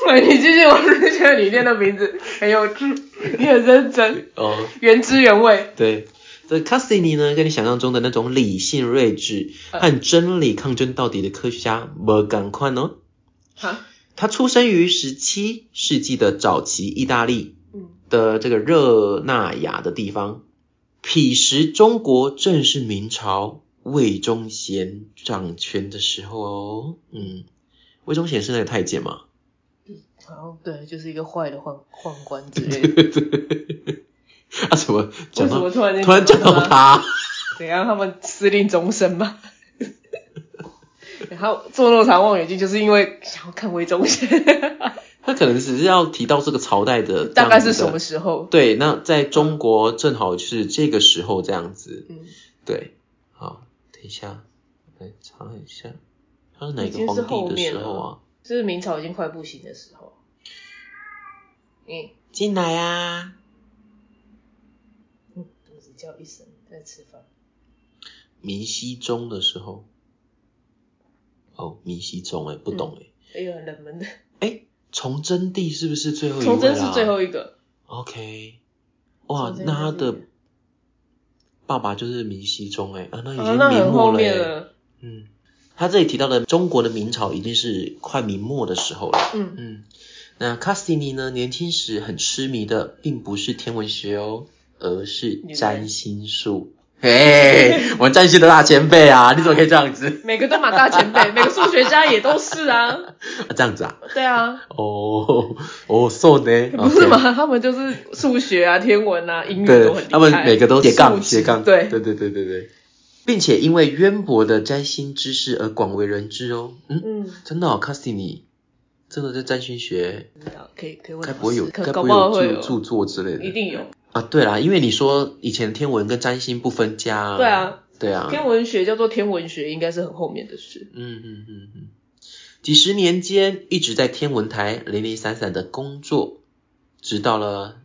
S1: 对，你继续，我是觉得你念的名字很有趣，你很认真，
S2: 哦，
S1: 原汁原味。
S2: 对，这卡斯蒂尼呢，跟你想象中的那种理性、睿智和真理抗争到底的科学家，没赶快哦。
S1: 哈，
S2: 他出生于十七世纪的早期意大利，
S1: 嗯，
S2: 的这个热那亚的地方。彼时中国正是明朝魏忠贤掌权的时候哦。嗯，魏忠贤是那个太监嘛？
S1: 然后对，就是一个坏的宦宦官之类的。
S2: [laughs] 啊，怎么
S1: 为
S2: [laughs] 讲
S1: 什
S2: 到
S1: 么突然间
S2: 突然讲到
S1: 他？
S2: 他？
S1: 怎样？他们私令终身吗？ [laughs] 然后做那么长望远镜，就是因为想要看魏忠
S2: [laughs]
S1: 贤，
S2: [laughs] 他可能只是要提到这个朝代的，
S1: 大概是什么？时候？
S2: 对，那在中国正好就是这个时候这样子。
S1: 嗯，
S2: 对，好，等一下，来查一下，他是哪
S1: 已
S2: 个
S1: 经是
S2: 皇
S1: 后
S2: 帝的
S1: 面
S2: 时候
S1: 了
S2: 啊？
S1: 就是明朝已经快不行的时候。嗯，
S2: 进来啊！
S1: 肚子叫一声，在吃饭。
S2: 明熹宗的时候。哦，明熹宗哎，
S1: 嗯
S2: 不懂哎。
S1: 一个很冷门的，
S2: 哎、崇祯帝是不是最后一位
S1: 崇
S2: 啦？
S1: 祯是最后一个。
S2: OK，哇
S1: 崇，祯
S2: 那他
S1: 是最后一
S2: 的
S1: 个
S2: 爸爸就是明熹宗哎，啊，那已
S1: 啊，
S2: 经
S1: 那
S2: 明
S1: 很
S2: 末
S1: 后
S2: 了
S1: 面
S2: 哎。
S1: 了。
S2: 嗯，他这里提到的中国的明朝已经是快明末的时候了。
S1: 嗯，
S2: 嗯，那卡斯蒂尼呢，年轻时很痴迷的并不是天文学哦，而是
S1: 人
S2: 占星术。嘿， [laughs] 我占星的大前辈
S1: [laughs]
S2: 啊，你怎么可以这样子？
S1: 每个都马大前
S2: [laughs]
S1: 辈，每个数学家也都是啊。
S2: 啊、这样子啊？
S1: 对
S2: [laughs]
S1: 啊，
S2: 哦哦，so 呢？
S1: 不是吗？他们就是数学啊、天文啊、英语
S2: OK？
S1: 都很厉，
S2: 对
S1: 害。
S2: 他们每个都斜杠
S1: 数值
S2: 斜杠。
S1: 对
S2: 对对对对对，并且因为渊博的占星知识而广为人知哦。嗯，
S1: 嗯，
S2: 真的、哦，卡斯蒂尼真的在占星学，
S1: 不知道可以可以问
S2: 该
S1: 老师，
S2: 不会有
S1: 可
S2: 该
S1: 搞
S2: 不
S1: 不好
S2: 会
S1: 会
S2: 有著著作之类的？
S1: 一定有。
S2: 啊，对啦，因为你说以前天文跟占星不分家、啊。
S1: 对啊，
S2: 对啊。
S1: 天文学叫做天文学，应该是很后面的事。
S2: 嗯嗯嗯嗯。几十年间一直在天文台零零散散的工作，直到了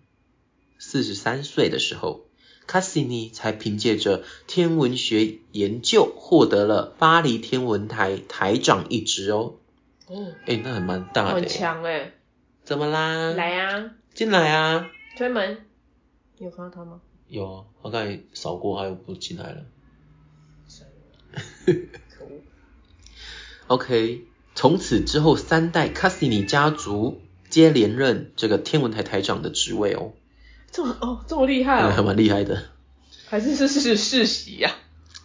S2: 四十三岁的时候，卡西尼才凭借着天文学研究获得了巴黎天文台台长一职哦。
S1: 哦，
S2: 哎，那还蛮大的
S1: 很
S2: 耶。
S1: 强哎、
S2: 怎么啦？，
S1: 来啊，
S2: 进来啊。
S1: 推门。你有看到他吗？
S2: 有啊，我刚才扫过，他又不进来了。
S1: 算了可恶。
S2: OK，从此之后，三代卡西尼家族皆连任这个天文台台长的职位哦，
S1: 这么哦，这么厉害
S2: 还
S1: 哦，
S2: 蛮厉害的。
S1: 还是是是世袭啊呀、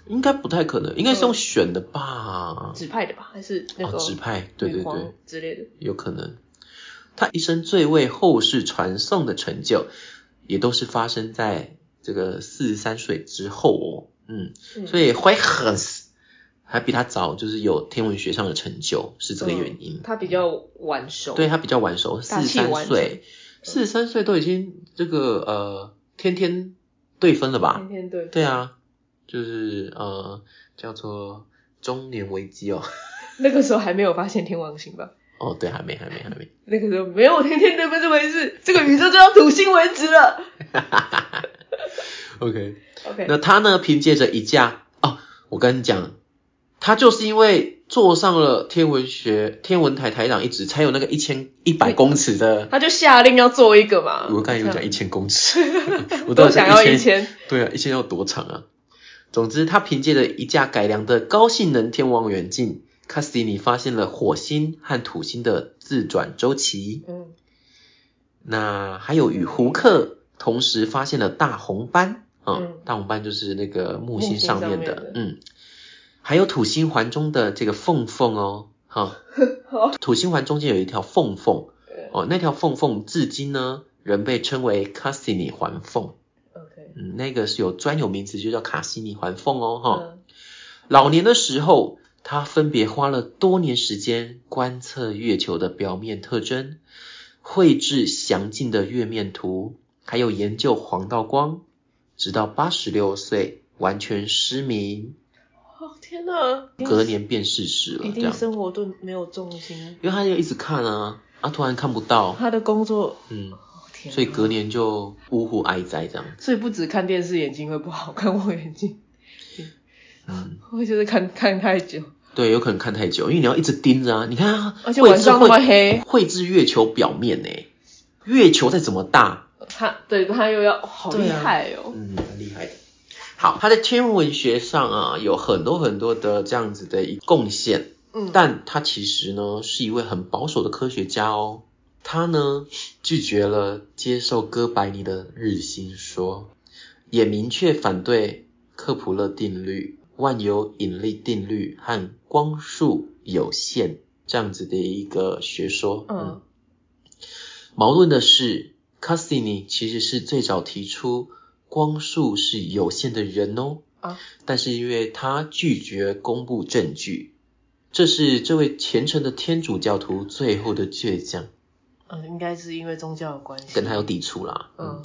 S2: 应该不太可能，应该是用选的吧？
S1: 指派的吧？还是那个
S2: 哦，指派，对
S1: 女
S2: 对
S1: 皇
S2: 对，
S1: 之类的？
S2: 有可能。他一生最为后世传颂的成就，也都是发生在这个四十三岁之后哦。嗯，
S1: 嗯
S2: 所以怀很还比他早，就是有天文学上的成就，是这个原因。
S1: 嗯他比较晚熟。
S2: 对他比较晚熟，四
S1: 大
S2: 十
S1: 器
S2: 三
S1: 晚
S2: 岁，四十三岁都已经这个呃天天对分了吧
S1: 天？天对。
S2: 对啊，就是呃叫做中年危机哦。 [laughs]
S1: 那个时候还没有发现天王星吧？
S2: 哦，对，还没，还没，还没。
S1: 那个时候没有天天对分这回事，这个宇宙就要土星为止了。
S2: OK，
S1: OK，
S2: 那他呢？凭借着一架哦，我跟你讲，他就是因为坐上了天文学天文台台长一职，才有那个一千一百公尺的。
S1: 他就下令要做一个嘛。
S2: 我刚才
S1: 嗯
S2: 有
S1: 这
S2: 讲
S1: 样 [laughs]
S2: 一千公尺，我
S1: 都
S2: 到底是
S1: 想要
S2: 1000
S1: 一千，
S2: 对啊，一千要多长啊？总之，他凭借着一架改良的高性能天文望远镜，卡斯蒂尼发现了火星和土星的自转周期。
S1: 嗯，
S2: 那还有与胡克同时发现了大红斑，嗯，
S1: 嗯
S2: 大红斑就是那个木
S1: 木
S2: 星
S1: 星
S2: 上
S1: 上
S2: 面
S1: 面
S2: 的，
S1: 的
S2: 嗯，还有土星环中的这个缝缝哦，
S1: [laughs]
S2: 哈、
S1: 好，
S2: 土星环中间有一条缝缝
S1: 哦对
S2: 哦，那条缝缝至今呢，仍被称为卡西尼环缝，
S1: ，OK，
S2: 嗯，那个是有专有名词，就叫卡西尼环缝哦，哈、
S1: 嗯，
S2: 老年的时候，他分别花了多年时间观测月球的表面特征，绘制详尽的月面图，还有研究黄道光，直到八十六岁完全失明，
S1: 哦天哪，
S2: 隔年便逝世了。
S1: 一
S2: 这
S1: 定
S2: 样，
S1: 生活顿没有重心，
S2: 因为他就一直看啊，啊，突然看不到，
S1: 他的工作，
S2: 嗯，
S1: 哦天哪，
S2: 所以隔年就呜呼哀哉这样。
S1: 所以不只看电视眼睛会不好，看望远镜 [laughs]
S2: 嗯，
S1: 会就是看看太久，
S2: 对，有可能看太久，因为你要一直盯着啊。你看啊，
S1: 而且晚上
S2: 绘制
S1: 那么黑
S2: 绘制月球表面呢、月球再怎么大，
S1: 他对他又要好
S2: 对
S1: 厉
S2: 啊
S1: 害哦，
S2: 嗯，很厉害的。好，他在天文学上啊，有很多很多的这样子的一贡献，
S1: 嗯，
S2: 但他其实呢是一位很保守的科学家哦。他呢拒绝了接受哥白尼的日心说，也明确反对克普勒定律、万有引力定律和光速有限这样子的一个学说。
S1: 嗯
S2: 矛盾的是，卡西尼其实是最早提出光速是有限的人哦。
S1: 啊，
S2: 但是因为他拒绝公布证据，这是这位虔诚的天主教徒最后的倔强，
S1: 嗯，应该是因为宗教的关系，
S2: 跟他有抵触啦。
S1: 嗯，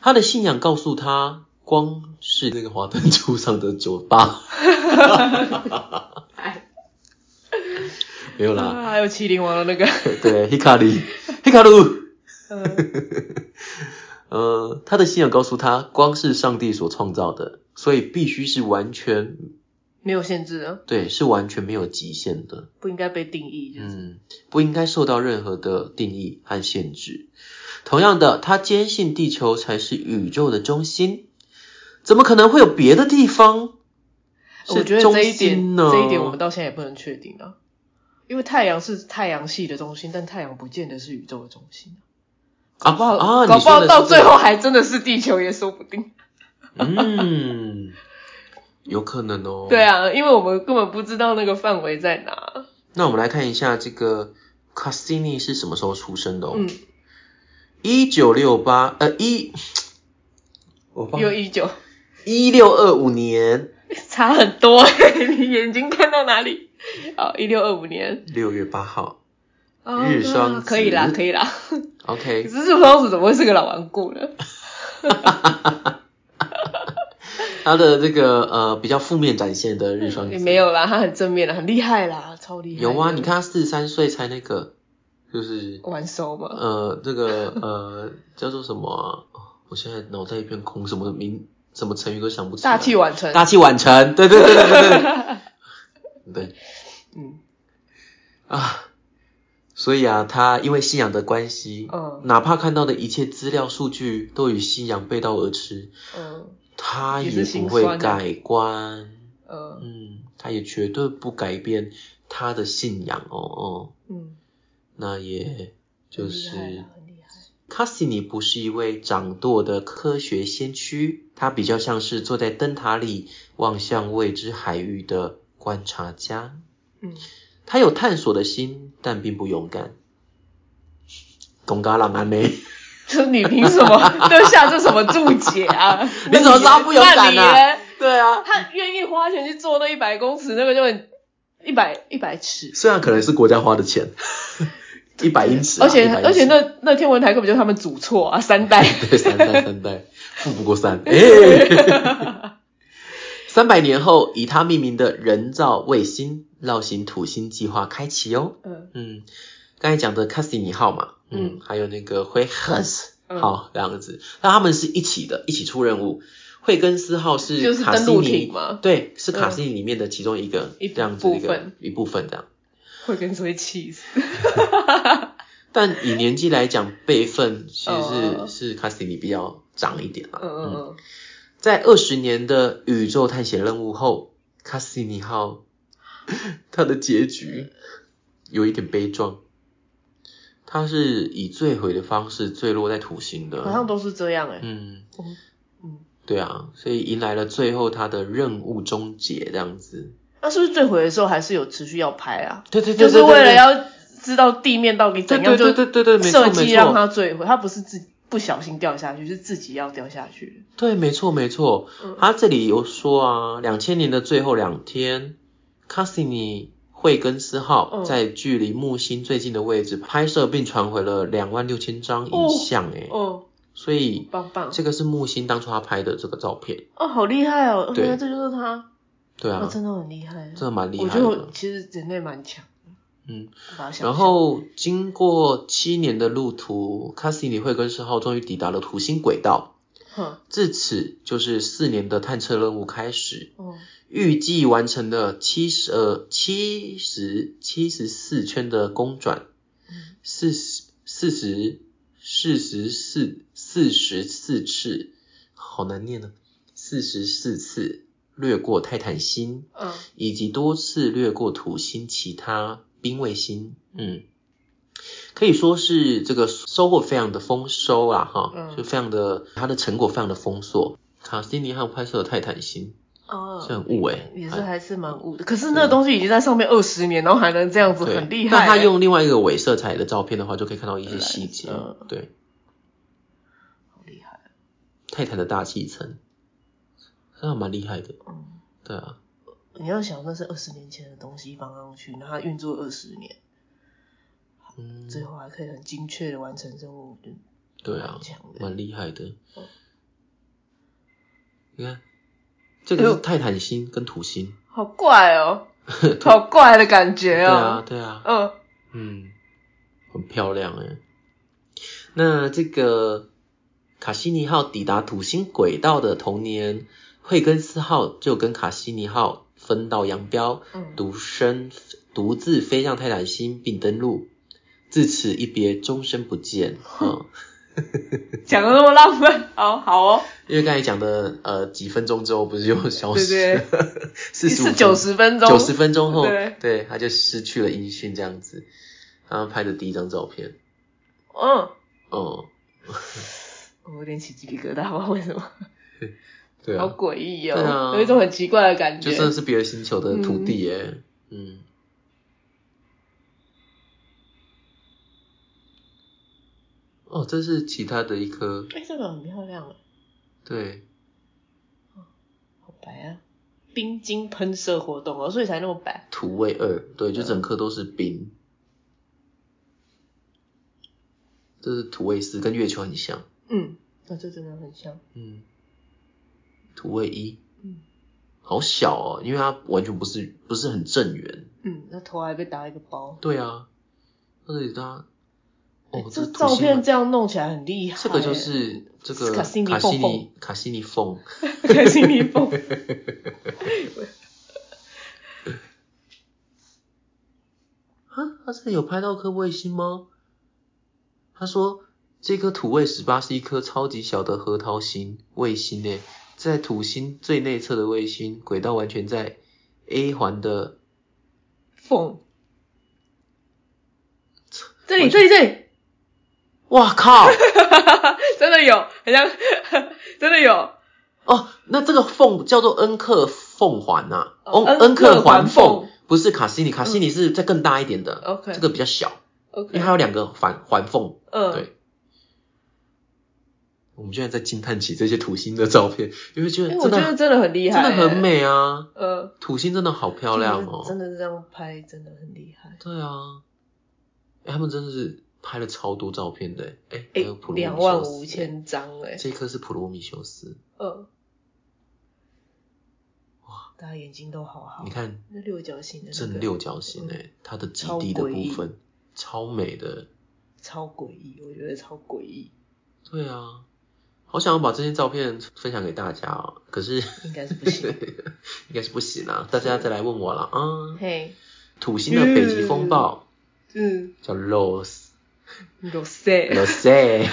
S2: 他的信仰告诉他，光是那个华灯初上的酒吧，
S1: [laughs] 哎，
S2: [laughs] 没
S1: [laughs]
S2: 有啦。
S1: 啊还有麒麟王的那个，
S2: 对，黑卡里，黑卡鲁。
S1: [laughs] 嗯
S2: 呃，他的信仰告诉他，光是上帝所创造的，所以必须是完全
S1: 没有限制啊的，
S2: 对，是完全没有极限的。
S1: 不应该被定义，就是
S2: 嗯，不应该受到任何的定义和限制。同样的，他坚信地球才是宇宙的中心，怎么可能会有别的地方
S1: 呃我
S2: 是
S1: 觉得
S2: 中
S1: 这一
S2: 心
S1: 点
S2: 呢？
S1: 这一点我们到现在也不能确定啊，因为太阳是太阳系的中心，但太阳不见得是宇宙的中心啊，搞
S2: 啊
S1: 不好
S2: 啊，
S1: 搞不
S2: 你说的
S1: 好
S2: 是
S1: 到最
S2: 这个
S1: 后还真的是地球也说不定。
S2: 嗯， [laughs] 有可能哦。
S1: 对，啊，因为我们根本不知道那个范围在哪。
S2: 那我们来看一下这个 Cassini 是什么时候出生的哦？
S1: 嗯，
S2: 一九六八呃一，我忘
S1: 有
S2: 了
S1: 一九，
S2: 一六二五年
S1: 差很多、 [laughs] 你眼睛看到哪里？哦，一六二五年，
S2: 六月八号。
S1: 哦
S2: 日双子
S1: 可以啦，可以
S2: [laughs]
S1: 啦。
S2: OK，
S1: 可是日双子怎么会是个老顽固呢？
S2: 他的这个呃比较负面展现的日双
S1: 也
S2: 子
S1: 没有啦，他很正面的，很厉害啦，超厉害。
S2: 有啊，你，看他四十三岁才那个，就是
S1: 玩收嘛。
S2: 呃这个呃叫做什么啊、我现在脑袋一片空，什么名什么成语都想不起来。
S1: 大器晚成，
S2: 大器晚成，对对对对对对
S1: [laughs]
S2: 对对
S1: 嗯，
S2: 啊。所以啊，他因为信仰的关系，
S1: 嗯
S2: 哪怕看到的一切资料数据都与信仰背道而驰，
S1: 嗯，
S2: 他
S1: 也
S2: 也
S1: 是心
S2: 不会
S1: 酸啊
S2: 改观。
S1: 嗯，
S2: 嗯，他也绝对不改变他的信仰哦哦，
S1: 嗯，那
S2: 那也就是
S1: 很厉害。
S2: 卡西尼不是一位掌舵的科学先驱，他比较像是坐在灯塔里望向未知海域的观察家。 [laughs]
S1: 嗯，
S2: 他有探索的心，但并不勇敢。懂嘎朗安呢？
S1: 就是你凭什么对下 [laughs] 这什么注解啊？
S2: [laughs] 你怎么知道不勇敢呢、
S1: 那你呢
S2: 对啊，
S1: 他愿意花钱去做那一百公尺，那个就很一百一百尺，
S2: 虽然可能是国家花的 [laughs] 钱，一百英尺啊、
S1: 而且
S2: 100英尺
S1: 而且那那天文台根本就是他们主错啊，三
S2: [laughs]
S1: 代。
S2: 对，三代三代，富不过 [laughs] 三。哎、 [laughs] 三百年后，以它命名的人造卫星绕行土星计划开启哦。
S1: 嗯
S2: 嗯，刚才讲的卡西尼号嘛，嗯，
S1: 嗯
S2: 还有那个惠亨斯
S1: 嗯
S2: 号这样子，那他们是一起的，一起出任务。惠根斯号是
S1: 就是
S2: 卡
S1: 登
S2: 西
S1: 陆
S2: 尼
S1: 艇嘛嗯
S2: 对，是卡西尼里面的其中一个、
S1: 一
S2: 这样子的一
S1: 部
S2: 个
S1: 分
S2: 一部分这样。
S1: 会跟谁气死？
S2: 但以年纪来讲，辈分其实是、
S1: 哦嗯
S2: 是卡西尼比较长一点啦。
S1: 嗯嗯嗯，
S2: 在二十年的宇宙探险任务后，卡西尼号它的结局有一点悲壮，它是以坠毁的方式坠落在土星的，
S1: 好像都是这样哎、
S2: 嗯
S1: 嗯嗯，
S2: 对啊，所以迎来了最后它的任务终结这样子。
S1: 那是不是坠毁的时候还是有持续要拍啊？
S2: 对对
S1: 就
S2: 对，
S1: 是为了
S2: 对
S1: 要知道地面到底怎样，
S2: 对对
S1: 就
S2: 对对对，没错
S1: 设
S2: 没
S1: 计让
S2: 错，
S1: 它坠毁，它不是自己不小心掉下去，是自己要掉下去。
S2: 对没错没错
S1: 嗯。
S2: 他这里有说啊，两千年的最后两天，卡西尼惠更斯号
S1: 嗯
S2: 在距离木星最近的位置拍摄并传回了两万六千张影像，诶，
S1: 哦，
S2: 所以
S1: 棒棒，
S2: 这个是木星当初他拍的这个照片，
S1: 哦，好厉害哦！
S2: 对
S1: 原来这就是他，
S2: 对
S1: 哦
S2: 啊，
S1: 真的很厉害。
S2: 真的蛮厉
S1: 我
S2: 害
S1: 觉得我
S2: 的，
S1: 其实人类蛮强，
S2: 嗯。
S1: 把它想
S2: 然后经过七年的路途，卡西尼惠更斯号终于抵达了土星轨道。
S1: 象，哼，
S2: 自此就是四年的探测任务开始，
S1: 哦，
S2: 预计完成了七十呃七十七十四圈的公转，
S1: 嗯
S2: 四十四十四十四四十四次，好难念呢、四十四次掠过泰坦星，
S1: 嗯，
S2: 以及多次掠过土星其他冰卫星，嗯，可以说是这个收获非常的丰收啊，哈，
S1: 嗯
S2: 就非常的它的成果非常的丰硕。卡斯蒂尼汉拍摄的泰坦星
S1: 哦，
S2: 是很雾哎、
S1: 也
S2: 还
S1: 是还是蛮悟的。可是那个东西已经在上面二十年，然后还能这样子，
S2: 嗯对
S1: 很厉害欸。
S2: 但他用另外一个伪色彩的照片的话，就可以看到一些细节
S1: 嗯。
S2: 对，
S1: 好厉害，
S2: 泰坦的大气层，那蛮厉害的。
S1: 嗯，
S2: 对啊，
S1: 你要想那是二十年前的东西放上去，然后它运作二十年，
S2: 嗯，
S1: 最后还可以很精确的完成任务，就
S2: 对啊
S1: 蛮强，的。
S2: 蛮厉害的
S1: 嗯。
S2: 你看，这
S1: 哎
S2: 个
S1: 呦
S2: 是泰坦星跟土星。
S1: 好怪
S2: [laughs]
S1: 哦，好怪的感觉
S2: 对啊
S1: 哦。，
S2: 对啊，
S1: 嗯，
S2: 嗯，很漂亮哎。那这个卡西尼号抵达土星轨道的同年，惠更斯号就跟卡西尼号分道扬镳。
S1: 嗯，
S2: 独身独自飞向泰坦星并登陆，自此一别，终身
S1: [laughs]
S2: 不见。嗯，
S1: 讲的那么浪漫，好好哦，
S2: 因为刚才讲的呃几分钟之后不是就消失
S1: 对
S2: 了， [laughs] 四十
S1: 是九十分钟，
S2: 九十分钟后，
S1: 对
S2: 对，他就失去了音讯这样子。他拍的第一张照片，
S1: 嗯，
S2: 哦、
S1: 我有点起鸡皮疙瘩，不知道为什么，
S2: 对
S1: 好
S2: 啊，
S1: 诡异
S2: 对
S1: 哦
S2: 啊，
S1: 有一种很奇怪的感
S2: 就
S1: 觉。
S2: 真的是别的星球的土地耶，嗯。哦，这是其他的一颗，
S1: 哎，这个很漂亮啊，
S2: 对，
S1: 好白啊，冰晶喷射活动哦，所以才那么白。
S2: 土卫二，对，
S1: 嗯
S2: 就整颗都是冰。这是土卫四，跟月球很像。
S1: 嗯，那这真的很像。
S2: 嗯，土卫一
S1: 嗯
S2: 好小哦，因为它完全不是不是很正圆。
S1: 嗯，那头还被打一个包。
S2: 对啊，这里它
S1: 哎
S2: 哦，
S1: 这
S2: 土
S1: 照
S2: 星
S1: 片
S2: 很
S1: 这样弄起来很厉害欸。
S2: 这个就是这个
S1: 卡西尼
S2: 卡西
S1: 缝缝
S2: 尼卡西尼缝，
S1: [laughs] 开欸心蜜蜂。
S2: 啊，他这里有拍到颗卫星吗？他说这颗土卫十八是一颗超级小的核桃型卫星诶，在土星最内侧的卫星，轨道完全在 A 环的，
S1: 缝。这里，这里，这里， [laughs]
S2: 哇靠！
S1: 真的有，很像， [laughs] 真的有。
S2: 哦，那这个缝叫做恩克缝环呐、啊，
S1: 哦
S2: 恩
S1: 恩克
S2: 克环
S1: 环缝
S2: 缝不是卡西尼，卡西尼是再更大一点的
S1: OK
S2: 这个比较小，因
S1: OK，
S2: 为它有两个环环缝，
S1: 嗯，
S2: 对。我们现在在惊叹起这些土星的照片，因为觉得
S1: 哎，
S2: 真
S1: 我觉
S2: 的
S1: 得真的很厉害，
S2: 真的很。美啊！
S1: 呃，
S2: 土星真的好漂亮哦。
S1: 真的是这样拍，真的很厉害。
S2: 对啊，哎他们真的是拍了超多照片的。哎、还
S1: 哎
S2: 有普，罗米
S1: 两
S2: 修斯
S1: 万五。千张，哎，
S2: 这一颗是普罗米修斯，
S1: 嗯，哇，大家眼睛都好好
S2: 你。看
S1: 那六角哦形的那
S2: 正
S1: 个
S2: 六角形哎、它的极地
S1: 超诡
S2: 的部
S1: 异
S2: 分超美的。
S1: 超诡异，我觉得超诡异，
S2: [laughs] 对啊，好想要把这些照片分享给大家啊、可是 [laughs]
S1: 应该是不行。
S2: 应该是不行啊，大家再来问我了啊。
S1: 嘿，
S2: 土星的北极风暴
S1: 嗯，
S2: 叫 Rose
S1: 有 C，
S2: Rose，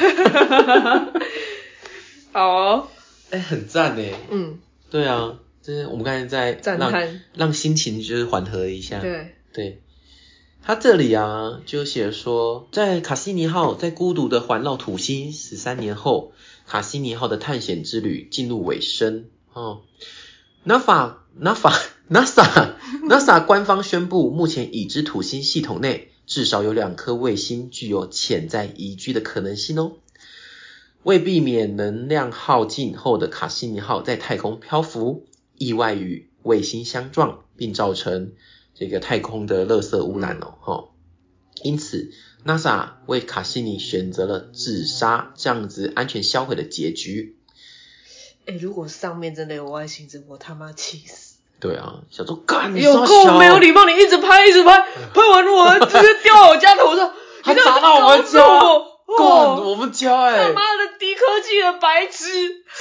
S1: 好哦，
S2: 哎、很赞哎。
S1: 嗯，
S2: 对啊，就是我们刚才在
S1: 赞
S2: 让
S1: 叹，
S2: 让心情就是缓和一下。
S1: 对，
S2: 对，他这里啊就写说，在卡西尼号在孤独的环绕土星十三年后，卡西尼号的探险之旅进入尾声。哦，NASA NASA NASA NASA 官方宣布，目前已知土星系统内至少有两颗卫星具有潜在宜居的可能性哦。为避免能量耗尽后的卡西尼号在太空漂浮，意外与卫星相撞，并造成这个太空的垃圾污染哦，哈、因此，NASA 为卡西尼选择了自杀这样子安全销毁的结局。
S1: 哎、如果上面真的有外星人，我他妈气死！对
S2: 对啊，想说干你
S1: 有
S2: 傻小
S1: 够没有礼貌，你一直拍一直拍，拍完我直接掉到我家头
S2: [laughs]
S1: 上，
S2: 还
S1: 你这
S2: 砸到我们家，
S1: 搞我
S2: 干
S1: 哦
S2: 我们家哎、
S1: 他妈的低科技的白痴，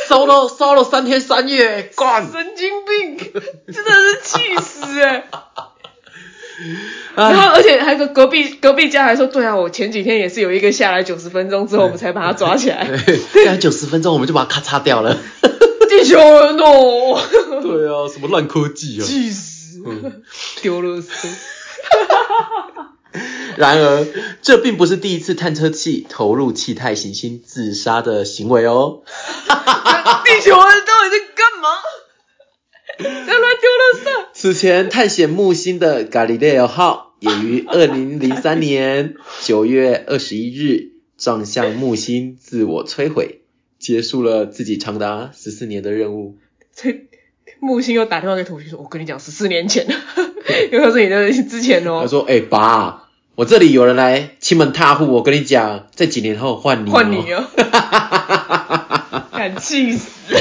S2: 烧了烧了三天三夜，干
S1: 神经病，真的是气死哎、
S2: [laughs]
S1: 然
S2: 哎
S1: 后，而且还有个隔壁隔壁家还说，对啊，我前几天也是有一个下来九十分钟之后，我们才把他抓起来。
S2: 对，大概哎九十分钟我们就把它咔嚓
S1: [laughs]
S2: 掉了。
S1: 地球人哦，
S2: 对啊，什么烂科技
S1: [laughs]
S2: 啊！
S1: 气死，
S2: 嗯
S1: 丢了死。
S2: 然而，这并不是第一次探测器投入气态行星自杀的行为哦。
S1: [laughs] 地球人到底在干
S2: [laughs]
S1: 嘛？在乱丢垃圾。
S2: 此前探险木星的伽利略号也于二零零三年九月二十一日撞向木星，自我摧毁，结束了自己长达十四年的任务。
S1: 所以木星又打电话给土星说：“我跟你讲，十四年前， [laughs] 又告诉你的之前
S2: 他 [laughs]
S1: 哦，
S2: 说：“哎、爸，我这里有人来亲门踏户，我跟你讲，在几年后换你、
S1: 换
S2: [laughs]
S1: 你。哦。”敢气死！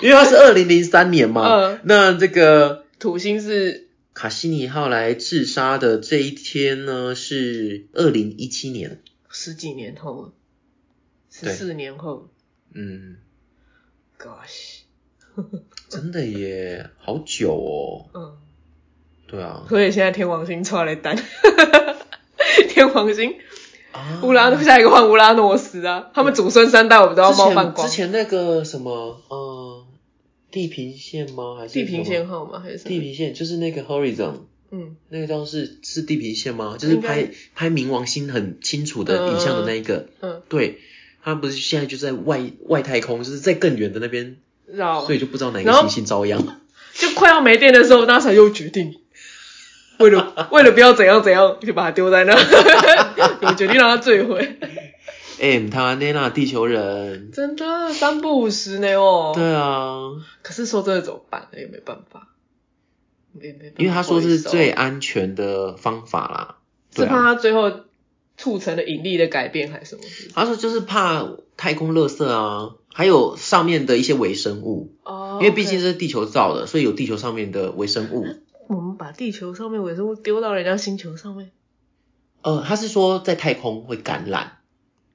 S2: 因为他是二零零三年嘛，
S1: 嗯
S2: 那这个
S1: 土星是
S2: 卡西尼号来自杀的这一天呢是二零一七年，
S1: 十几年后了，十
S2: 对
S1: 四年后
S2: 嗯，
S1: ，Gosh，
S2: 真的耶，好久哦，
S1: 嗯。
S2: 对啊，
S1: 所以现在天王星出来单， [laughs] 天王星
S2: 啊
S1: 乌拉下一个换乌拉诺斯啊，他们祖孙三代我们都要
S2: 之
S1: 冒犯
S2: 前
S1: 光
S2: 之。前那个什么，呃，地平线吗？还是
S1: 地平
S2: 什
S1: 线
S2: 么？
S1: 号吗？还是什么
S2: 地平线就是那个 Horizon。
S1: 嗯，
S2: 那个叫是是地平线吗？就是
S1: 应该
S2: 拍拍冥王星很清楚的影像的那一个，
S1: 嗯
S2: 对，他不是现在就在外外太空，就是在更远的那边
S1: 绕
S2: 所以就不知道哪个
S1: 哦然后
S2: 行星遭殃。
S1: 就快要没电的时候，NASA 又决定，为
S2: [laughs]
S1: 了为了不要怎样怎样，就把它丢在那，我决定让它坠毁。
S2: 哎、欸，台湾内娜地球人，
S1: 真的三不五时呢哦。
S2: 对啊，
S1: 可是说真的怎么办呢？也没办法，也没办法
S2: 因为他说这是最
S1: 回收
S2: 安全的方法啦。对
S1: 是怕
S2: 啊，
S1: 它最后促成了引力的改变还是什么？是不是
S2: 他说就是怕太空垃圾啊，还有上面的一些微生物，
S1: 哦
S2: 因为毕竟
S1: OK
S2: 是地球造的，所以有地球上面的微生物。
S1: 我们把地球上面微生物丢到人家星球上面，
S2: 呃，他是说在太空会感染，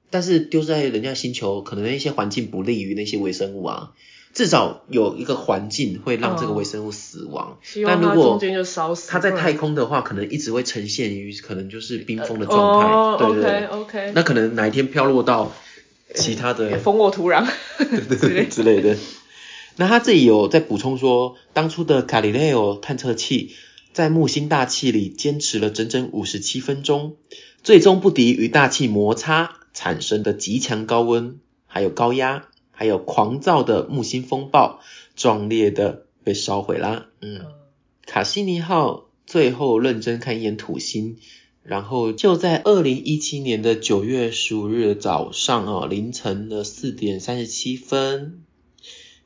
S2: 但是丢在人家星球，可能那些环境不利于那些微生物啊。至少有一个环境会让这个
S1: 哦
S2: 微生物死亡。
S1: 希
S2: 但
S1: 望
S2: 如
S1: 它
S2: 果
S1: 中间就烧死。
S2: 它在太
S1: 空
S2: 空的话，可能一直会呈现于可能就是冰
S1: 呃
S2: 封的状态，
S1: 哦
S2: 对对对。
S1: o k
S2: 那可能哪一天飘落到其他的
S1: OK，封沃土
S2: [laughs]
S1: 壤 [laughs] 之类
S2: 之类的。那他这里有在补充说，当初的伽利略探测器在木星大气里坚持了整整五十七分钟，最终不敌与大气摩擦产生的极强高温，还有高压，还有狂躁的木星风暴，壮烈的被烧毁啦。嗯，
S1: 嗯
S2: 卡西尼号最后认真看一眼土星，然后就在二零一七年的九月十五日的早上啊，凌晨的四点三十七分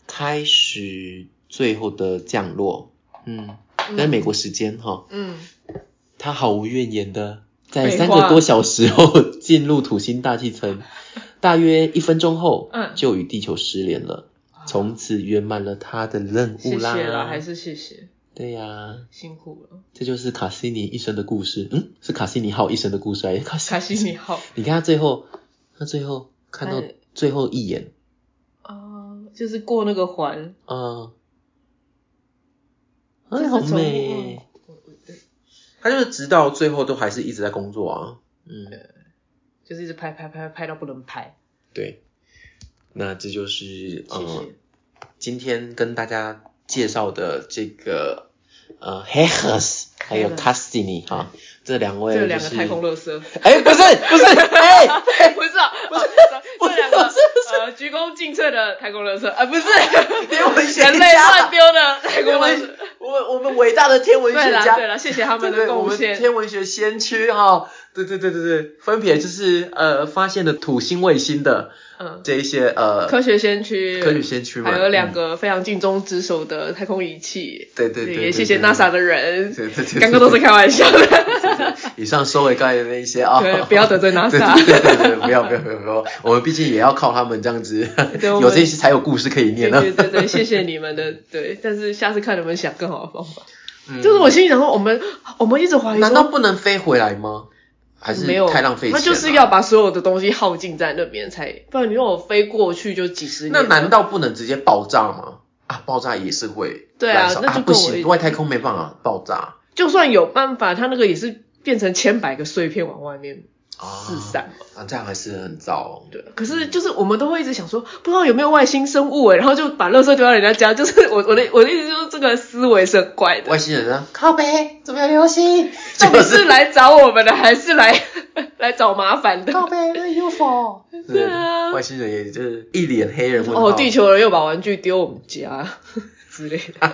S2: 开始最后的降落。嗯，在美国时间哈、
S1: 嗯，
S2: 他毫无怨言的在
S1: 废话
S2: 三个多小时后进入土星大气
S1: [laughs]
S2: 层，大约一分钟后
S1: 嗯
S2: 就与地球失联了。从此圆满了他的任务
S1: 谢
S2: 啦！
S1: 谢啦，还是谢谢，
S2: 对呀、
S1: 辛苦了，
S2: 这就是卡西尼一生的故事。嗯，是卡西尼号一生的故事还是 [laughs] 卡西？
S1: 卡西你好
S2: 你看他最后，他最后看到
S1: 哎
S2: 最后一眼，
S1: 啊，就是过那个环，
S2: 嗯，
S1: 这
S2: 哎，
S1: 是
S2: 好
S1: 宠物
S2: 美。
S1: 嗯我我
S2: 他就是直到最后都还是一直在工作啊。嗯，
S1: 就是一直拍拍拍拍到不能拍，
S2: 对。那这就是
S1: 谢
S2: 嗯
S1: 谢，
S2: 今天跟大家介绍的这个呃 h e h e s 还有
S1: Helios
S2: Cassini 哈，这两位、就
S1: 这
S2: 是、
S1: 两个太空垃圾， [laughs]
S2: 哎，不是不是，哎、
S1: 不是啊，不是 [laughs]
S2: 不 [laughs]
S1: 这
S2: 是
S1: 两
S2: 不
S1: 个
S2: 是啊
S1: 呃鞠躬尽瘁的太空垃圾啊，不是
S2: [laughs] 天文学
S1: [laughs]
S2: 家
S1: 人类乱丢的
S2: [laughs]
S1: 太空
S2: 天
S1: 垃圾
S2: 文。，我我们伟大的天文
S1: 对
S2: 学
S1: 啦
S2: 家，
S1: 对啦，谢谢他
S2: 对
S1: 们
S2: 对，
S1: 的
S2: 我
S1: 贡
S2: 们
S1: 献。
S2: 天文学先驱哈、对对对对对，分别就是呃发现了土星、卫星的
S1: 嗯，
S2: 这一些呃
S1: 科学先驱，
S2: [laughs] 科学先驱们，
S1: 还有两
S2: 嗯、
S1: 个非常尽忠职守的太空仪器。
S2: 对对对对
S1: 也谢谢
S2: 对
S1: NASA 的人。
S2: 对对对，
S1: 刚刚都是开玩笑的，
S2: 以上收为刚才的那一些啊， [laughs]
S1: 对，不要得罪
S2: 对
S1: NASA。
S2: 对对对，不要不要不要不要，我们毕竟也要靠他们这样子，
S1: 对
S2: [laughs]
S1: 我
S2: 有
S1: 们
S2: 这些才有故事可以念啊
S1: 对
S2: 呢。
S1: 对对对，谢谢你们的对，但是下次看能不能想更好的方法。
S2: 嗯
S1: 就是我心里想说，我们我们一直怀疑
S2: 难道
S1: 说
S2: 不能飞回来吗？还是
S1: 没有
S2: 太浪费钱啊了？
S1: 那就是要把所有的东西耗尽在那边才，不然你让我飞过去就几十年
S2: 那
S1: 了。
S2: 难道不能直接爆炸吗？啊，爆炸也是会
S1: 对啊
S2: 燃烧
S1: 那就
S2: 啊
S1: 跟
S2: 不
S1: 我一
S2: 行，外太空没办法爆炸
S1: 就算有办法，它那个也是变成千百个碎片往外面
S2: 啊，
S1: 四散嘛。
S2: 啊，这样还是很糟。
S1: 对，可是就是我们都会一直想说，不知道有没有外星生物哎，然后就把垃圾丢到人家家，就是我我的我的意思就是这个思维是很怪的，
S2: 外星人呢？靠北，怎么有流星？
S1: 到
S2: 就
S1: 底是来找我们的还是来来找麻烦的？
S2: 北那 UFO。
S1: 对啊
S2: 外星人也就是一脸黑人问号。
S1: 哦，地球人又把玩具丢我们家之类
S2: [laughs]
S1: 的。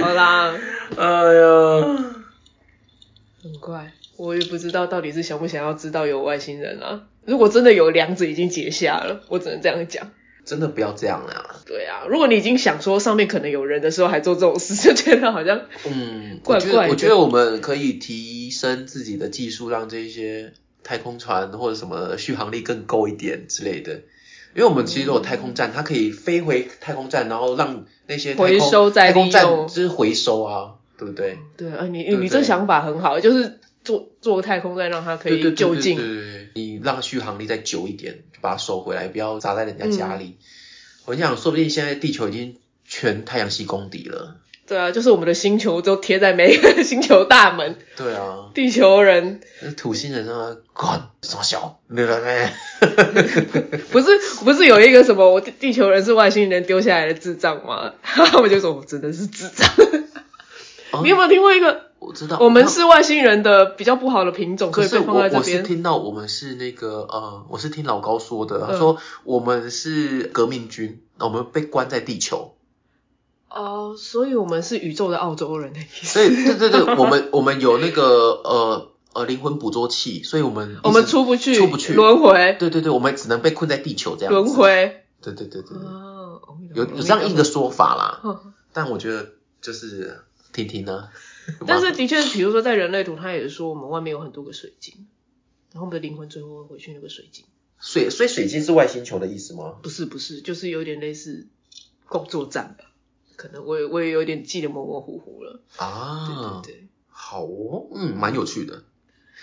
S1: 好啦，
S2: 哎呀，
S1: 很怪，我也不知道到底是想不想要知道有外星人啊。如果真的有梁子已经结下了，我只能这样讲。
S2: 真的不要这样啦。
S1: 对啊，如果你已经想说上面可能有人的时候还做这种事，就觉得好像
S2: 嗯，
S1: 怪
S2: 我觉
S1: 怪
S2: 得
S1: 的
S2: 我觉得我们可以提升自己的技术，让这些太空船或者什么续航力更够一点之类的。因为我们其实都有太空站，它可以飞回太空站，然后让那些太空
S1: 嗯回收再
S2: 太
S1: 利用
S2: 空站就是回收啊，对不对？
S1: 对啊，你
S2: 对不对
S1: 你这想法很好，就是做做太空站让它可
S2: 对对
S1: 以
S2: 对
S1: 就
S2: 对
S1: 近。
S2: 对对对你让续航力再久一点，把它收回来，不要砸在人家
S1: 嗯
S2: 家里。我想，说不定现在地球已经全太阳系公敌了。
S1: 对啊，就是我们的星球都贴在每一个星球大门， [laughs]
S2: 对啊，
S1: 地球人
S2: 土星人啊，滚，傻小，对不对？
S1: 不是不是有一个什么我地地球人是外星人丢下来的智障吗？ [laughs] 他们就说我真的是智障。 [laughs]
S2: 哦
S1: 你有没有听过一个
S2: 我知道，
S1: 我们
S2: 那
S1: 是外星人的比较不好的品种，所
S2: 可
S1: 以
S2: 哦是
S1: 被
S2: 我
S1: 放在这
S2: 我是
S1: 边？
S2: 听到我们是那个呃，我是听老高说的，他
S1: 嗯
S2: 说我们是革命军，我们被关在地球，
S1: 哦，所以我们是宇宙的澳洲人的意 [laughs] 思。
S2: 所以对对对，我们我们有那个呃呃灵魂捕捉器，所以我们一直
S1: 我们出不去，
S2: 出不去
S1: 轮回，
S2: 对对对，我们只能被困在地球这样子
S1: 轮，回。
S2: 对对对对，对
S1: 哦，
S2: 有有这样一个说法啦，
S1: 哦。
S2: [laughs] 但我觉得就是听听呢，
S1: [laughs] 但
S2: [laughs]
S1: 是的确，比如说在人类图，他也说我们外面有很多个水晶，然后我们的灵魂最后会回去那个水晶。
S2: 水所以水晶是外星球的意思吗？
S1: 不是不是，就是有点类似工作站吧。可能我也我也有点记得模模糊糊了。
S2: 啊，
S1: 对对对，
S2: 好哦，嗯，蛮有趣的，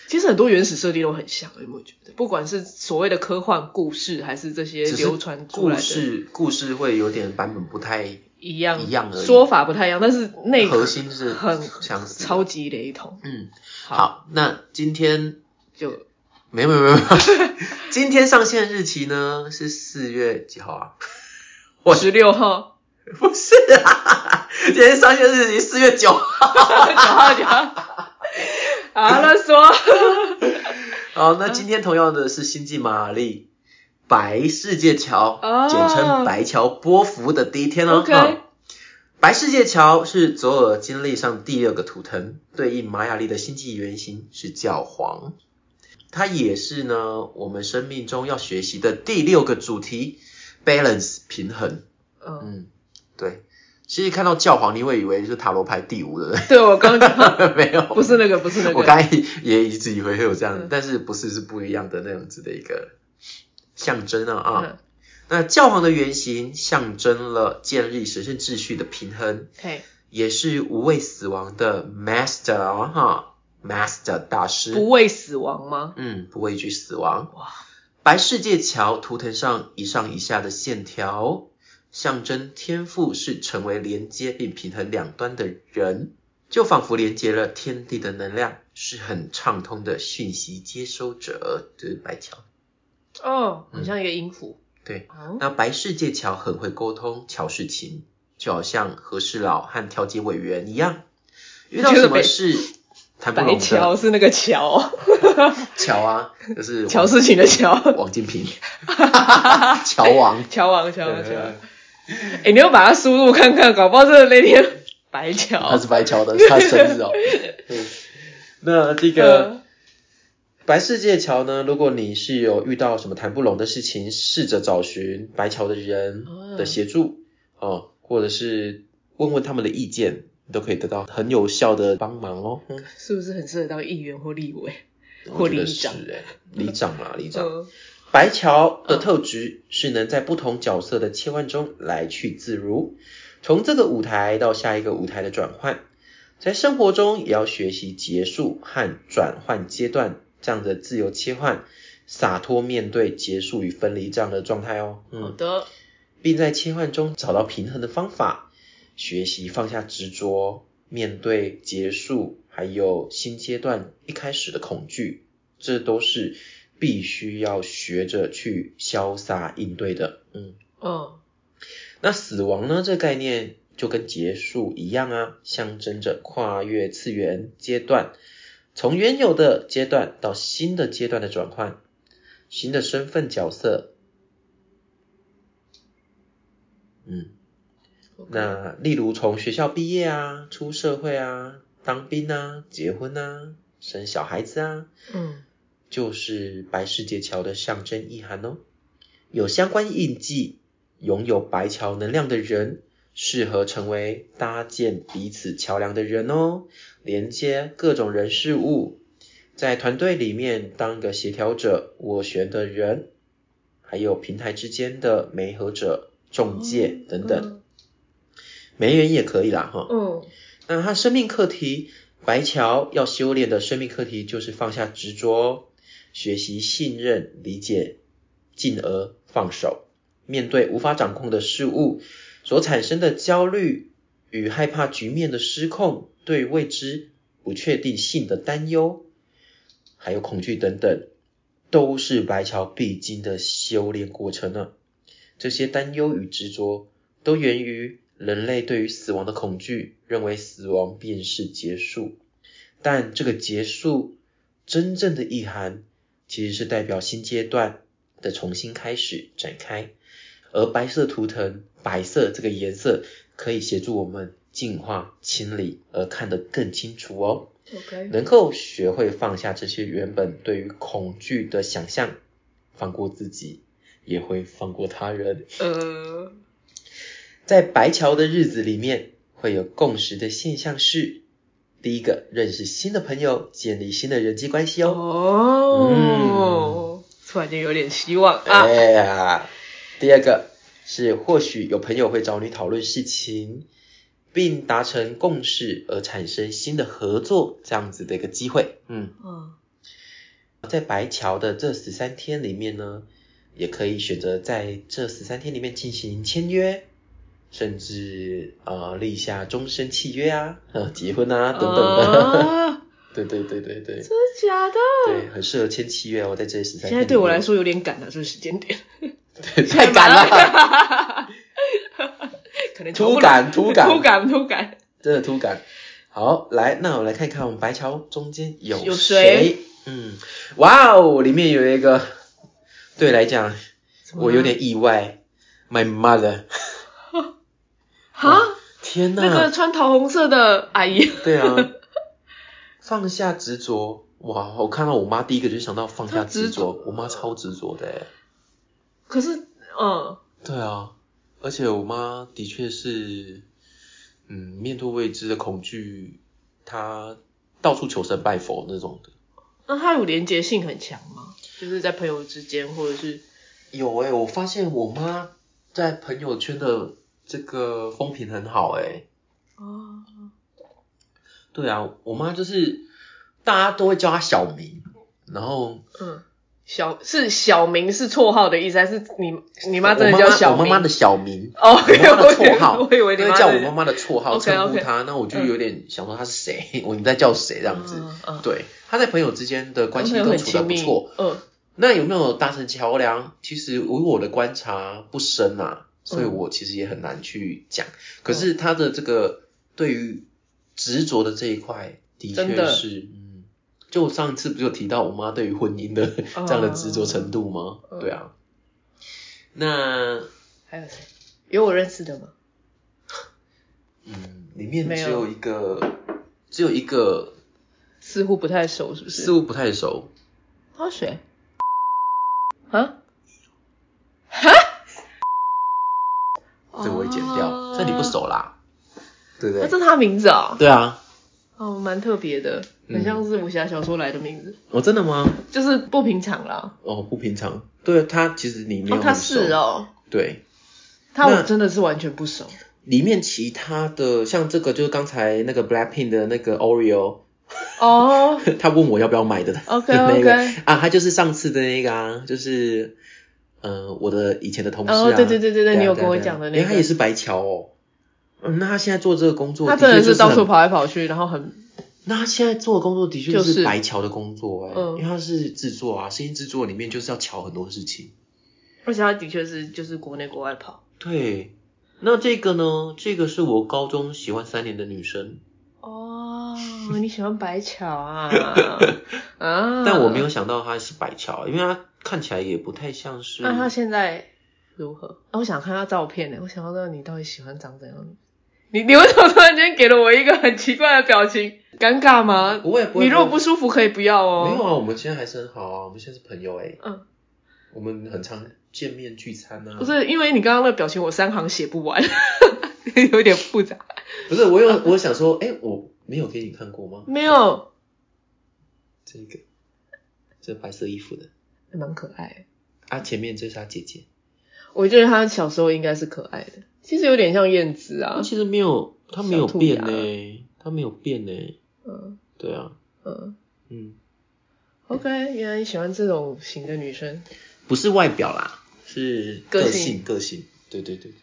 S1: 其实很多原始设定都很像，有没有觉得？不管是所谓的科幻故事，还是这些
S2: 只是
S1: 流传出
S2: 故
S1: 来的，
S2: 事故事会有点版本不太。
S1: 一样
S2: 一样而已
S1: 说法不太一样，但是内核
S2: 核心是
S1: 很
S2: 相似的。
S1: 超级雷同。
S2: 嗯，好，那今天
S1: 就
S2: 没有没有没有， [laughs] 今天上线日期呢是四月几号啊？ [laughs] 我
S1: 十六号， [laughs]
S2: 不是啊， [laughs] 今天上线日期四月九号。
S1: 九号九号，好了说，
S2: 好，哦
S1: 嗯
S2: 那今天同样的是《星际玛丽》白世界桥，
S1: 哦
S2: 简称白桥波幅的第一天哦。
S1: OK
S2: 哈白世界桥是左耳经历上第二个图腾，对应玛雅历的星际原型是教皇。它也是呢，我们生命中要学习的第六个主题，balance 平衡。
S1: [laughs] 嗯，
S2: 嗯，对。其实看到教皇，你会以为是塔罗牌第五的， [laughs]
S1: 对我刚刚
S2: 没有，
S1: [laughs] 不是那个，不是那
S2: 我
S1: 个，
S2: 刚才也一直以为会有这样，
S1: 嗯
S2: 但是不是是不一样的那样子的一个象征啊啊。
S1: 嗯，
S2: 那教皇的原型象征了建立神圣秩序的平衡，
S1: 嘿，
S2: 也是无畏死亡的 master 啊哈 master 大师，
S1: 不畏死亡吗？
S2: 嗯，不畏惧死亡。
S1: 哇，
S2: 白世界桥图腾上一上一下的线条，象征天赋是成为连接并平衡两端的人，就仿佛连接了天地的能量，是很畅通的讯息接收者。这、就是白桥，
S1: 哦，很像一个音符，
S2: 嗯对，
S1: 哦，
S2: 那白世界桥很会沟通，乔事情，就好像和事佬和调解委员一样，遇到
S1: 就是
S2: 什么
S1: 北
S2: 事谈不
S1: 白
S2: 拢
S1: 乔
S2: 的
S1: 是那个乔，
S2: 乔啊，就是
S1: 乔事情的乔，
S2: [laughs] 王
S1: [laughs]
S2: 金平，乔王，
S1: 乔王乔王乔王。哎、你要把它输入看看，搞不好真的那天白
S2: 嗯他
S1: 乔。
S2: 是白乔的，是他
S1: [laughs]
S2: 生日哦。嗯那这个
S1: 呃
S2: 白世界桥呢？如果你是有遇到什么谈不拢的事情，试着找寻白桥的人的协助哦，或者是问问他们的意见，你都可以得到很有效的帮忙哦。嗯
S1: 是不是很适合当议员或立委？或
S2: 我觉
S1: 里
S2: 得
S1: 长
S2: 是哎，里长啦，里长。
S1: 嗯，
S2: 白桥的特质是能在不同角色的切换中来去自如，从这个舞台到下一个舞台的转换，在生活中也要学习结束和转换阶段这样的自由切换，洒脱面对结束与分离这样的状态哦。
S1: 好
S2: 嗯，
S1: 的，
S2: 并在切换中找到平衡的方法，学习放下执着，面对结束，还有新阶段一开始的恐惧，这都是必须要学着去潇洒应对的。嗯，
S1: 嗯，
S2: 那死亡呢？这概念就跟结束一样啊，象征着跨越次元阶段，从原有的阶段到新的阶段的转换，新的身份角色。嗯，那例如从学校毕业啊，出社会啊，当兵啊，结婚啊，生小孩子啊，
S1: 嗯，
S2: 就是白世界桥的象征意涵哦。有相关印记、拥有白桥能量的人，适合成为搭建彼此桥梁的人哦，连接各种人事物，在团队里面当一个协调者、斡旋的人，还有平台之间的媒合者、中
S1: 哦
S2: 介等等，媒人也可以啦哈。
S1: 嗯，
S2: 那他生命课题，白桥要修炼的生命课题就是放下执着哦，学习信任、理解，进而放手。面对无法掌控的事物所产生的焦虑与害怕局面的失控，对未知不确定性的担忧，还有恐惧等等，都是白桥必经的修炼过程呢、这些担忧与执着都源于人类对于死亡的恐惧，认为死亡便是结束。但这个结束真正的意涵，其实是代表新阶段的重新开始展开。而白色图腾，白色这个颜色可以协助我们净化、清理，而看得更清楚哦。
S1: 嗯，OK，
S2: 能够学会放下这些原本对于恐惧的想象，放过自己，也会放过他人。
S1: 呃，
S2: 在白桥的日子里面，会有共识的现象是：第一个，认识新的朋友，建立新的人际关系哦。
S1: 哦，突然间有点希望啊，
S2: 嗯哎呀，第二个是或许有朋友会找你讨论事情，并达成共识而产生新的合作这样子的一个机会。嗯。
S1: 嗯，
S2: 在白桥的这十三天里面呢，也可以选择在这十三天里面进行签约，甚至呃立下终身契约啊，呃结婚啊等等的。
S1: 啊，
S2: [laughs] 对对对对对
S1: 真的假的？
S2: [laughs] 对，很适合签契约哦，在这十三
S1: 现
S2: 天。
S1: 在对我
S2: [laughs]
S1: 来，说有点赶了，啊这个时间点
S2: 太赶了，
S1: 了， [laughs] 可能
S2: 突赶突赶
S1: 突赶突赶，
S2: [laughs] 真的突赶。好，来，那我来看看我们白桥中间有
S1: 有
S2: 谁
S1: 谁
S2: 嗯，哇哦，里面有一个，对来讲我有点意外，My mother。哦
S1: 哈，
S2: 天呐，
S1: 那个穿桃红色的阿姨，
S2: 对啊，放下执着。哇，我看到我妈第一个就想到放下执
S1: 她执着
S2: 着，我妈超执着的欸。
S1: 可是嗯，
S2: 对啊，而且我妈的确是，嗯，面对未知的恐惧，她到处求神拜佛那种的。
S1: 那她有连结性很强吗？就是在朋友之间，或者是
S2: 有诶、我发现我妈在朋友圈的这个风评很好诶、
S1: 哦，
S2: 对啊，我妈就是大家都会叫她小名，然后
S1: 嗯，小是小名是绰号的意思，还是你你妈真的
S2: 我
S1: 叫小
S2: 我
S1: 名？
S2: 妈妈的小名。
S1: 哦，
S2: 我妈妈的绰号，
S1: 我以为你
S2: 因为
S1: 妈
S2: 叫
S1: 的
S2: 我妈妈的绰号
S1: OK，OK
S2: 称呼她，那我就有点想说她是 [laughs] 谁，我你在叫谁这样子。
S1: 嗯嗯嗯
S2: 对，她在朋友之间的关系
S1: 跟朋友
S2: 都
S1: 很
S2: 处的
S1: 亲
S2: 不
S1: 密
S2: 错，，
S1: 嗯
S2: 那有没有达成桥梁？其实以我的观察不深
S1: 嗯
S2: 啊，所以我其实也很难去讲。可是他的这个对于执着的这一块，的
S1: 真
S2: 确
S1: 的
S2: 是，嗯，就我上次不是有提到我妈对于婚姻的
S1: 哦
S2: 这样的执着程度吗？
S1: 嗯
S2: 对啊。那
S1: 还有谁？有我认识的吗？
S2: 嗯，里面
S1: 没有
S2: 只有一个，只有一个
S1: 似乎不太熟，是不是？
S2: 似乎不太熟。
S1: 他是谁？啊？哈？
S2: 这我会剪掉，这你不熟啦，对不
S1: 啊，
S2: 对？
S1: 哦这是他名字啊、
S2: 对啊，
S1: 哦，蛮特别的，
S2: 嗯
S1: 很像是武侠小说来的名字，
S2: 哦，真的吗？
S1: 就是不平常啦。
S2: 哦，不平常。对他其实里面
S1: 哦，他是哦，
S2: 对，
S1: 他
S2: 那
S1: 我真的是完全不
S2: [laughs]
S1: 熟。
S2: 里面其他的像这个就是刚才那个 Blackpink 的那个 Oreo， [laughs]
S1: 哦
S2: 他问我要不要买的
S1: OK，
S2: [laughs] 那个
S1: OK
S2: 啊，他就是上次的那个啊，就是呃我的以前的同事啊，
S1: 哦，对对对对
S2: 对
S1: 对，
S2: 啊
S1: 你有跟
S2: 对啊
S1: 我
S2: 对啊
S1: 讲的
S2: 诶
S1: 那
S2: 他也
S1: 个，
S2: 是白嫖哦。嗯，那他现在做这个工作，
S1: 他真的
S2: 确就是
S1: 到处
S2: 很
S1: 跑来跑去，然后很
S2: 那他现在做的工作的确就
S1: 就是是
S2: 白嫖的工作哎、
S1: 嗯
S2: 因为他是制作啊，声音制作里面就是要瞧很多事情。
S1: 而且他的确是就是国内国外跑。
S2: 对，那这个呢？这个是我高中喜欢三年的女生， [laughs]
S1: 哦，你喜欢白巧啊？啊，
S2: 但我没有。想到她是白嫖，因为她看起来也不太像是。
S1: 那他现在如何？啊我想看他照片呢，欸我想要知道你到底喜欢长怎样的。你你为什么突然间给了我一个很奇怪的表情？尴尬吗？
S2: 不会不会，
S1: 你如果不
S2: 会
S1: 舒服可以不要哦。
S2: 没有啊，我们现在还是很好啊，我们现在是朋友哎、
S1: 嗯，
S2: 我们很常见面聚餐啊。
S1: 不是因为你刚刚那个表情，我三行写不完， [laughs] 有点复杂。
S2: 不是，我有我想说，哎、我没有给你看过吗？
S1: 没有，
S2: 这个，这白色衣服的
S1: 还蛮可爱的。
S2: 啊，前面这是她姐姐。
S1: 我觉得他小时候应该是可爱的，其实有点像燕子
S2: 他
S1: 啊。
S2: 其实没有，他没有
S1: 小兔
S2: 变
S1: 牙
S2: 呢、他没有变呢、
S1: 嗯
S2: 对啊，
S1: 嗯
S2: 嗯，
S1: ，OK，原来你喜欢这种型的女生。
S2: 不是外表啦，是
S1: 个
S2: 性，
S1: 性
S2: 个性，对对对对对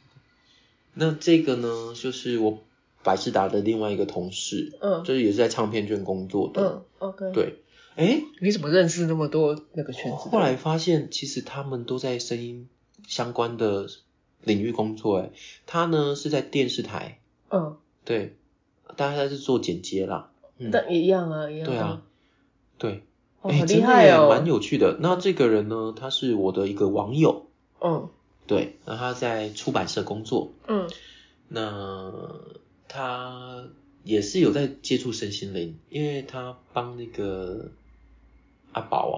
S2: 那这个呢，就是我百事达的另外一个同事，
S1: 嗯
S2: 就是也是在唱片圈工作的，
S1: 嗯，OK。，
S2: 对，哎、
S1: 你怎么认识那么多那个圈子的？
S2: 后来发现其实他们都在声音相关的领域工作、哎，他呢是在电视台，
S1: 嗯，
S2: 对，大概是做剪接啦，嗯，
S1: 但一样啊，一样。
S2: 对啊，，对。
S1: 哦，
S2: 哎
S1: 好
S2: 真
S1: 厉
S2: 的
S1: 害
S2: 耶
S1: 哦，
S2: 蛮有趣的。那这个人呢，他是我的一个网友，
S1: 嗯
S2: 对，那他在出版社工作，
S1: 嗯
S2: 那他也是有在接触身心灵，因为他帮那个阿宝哦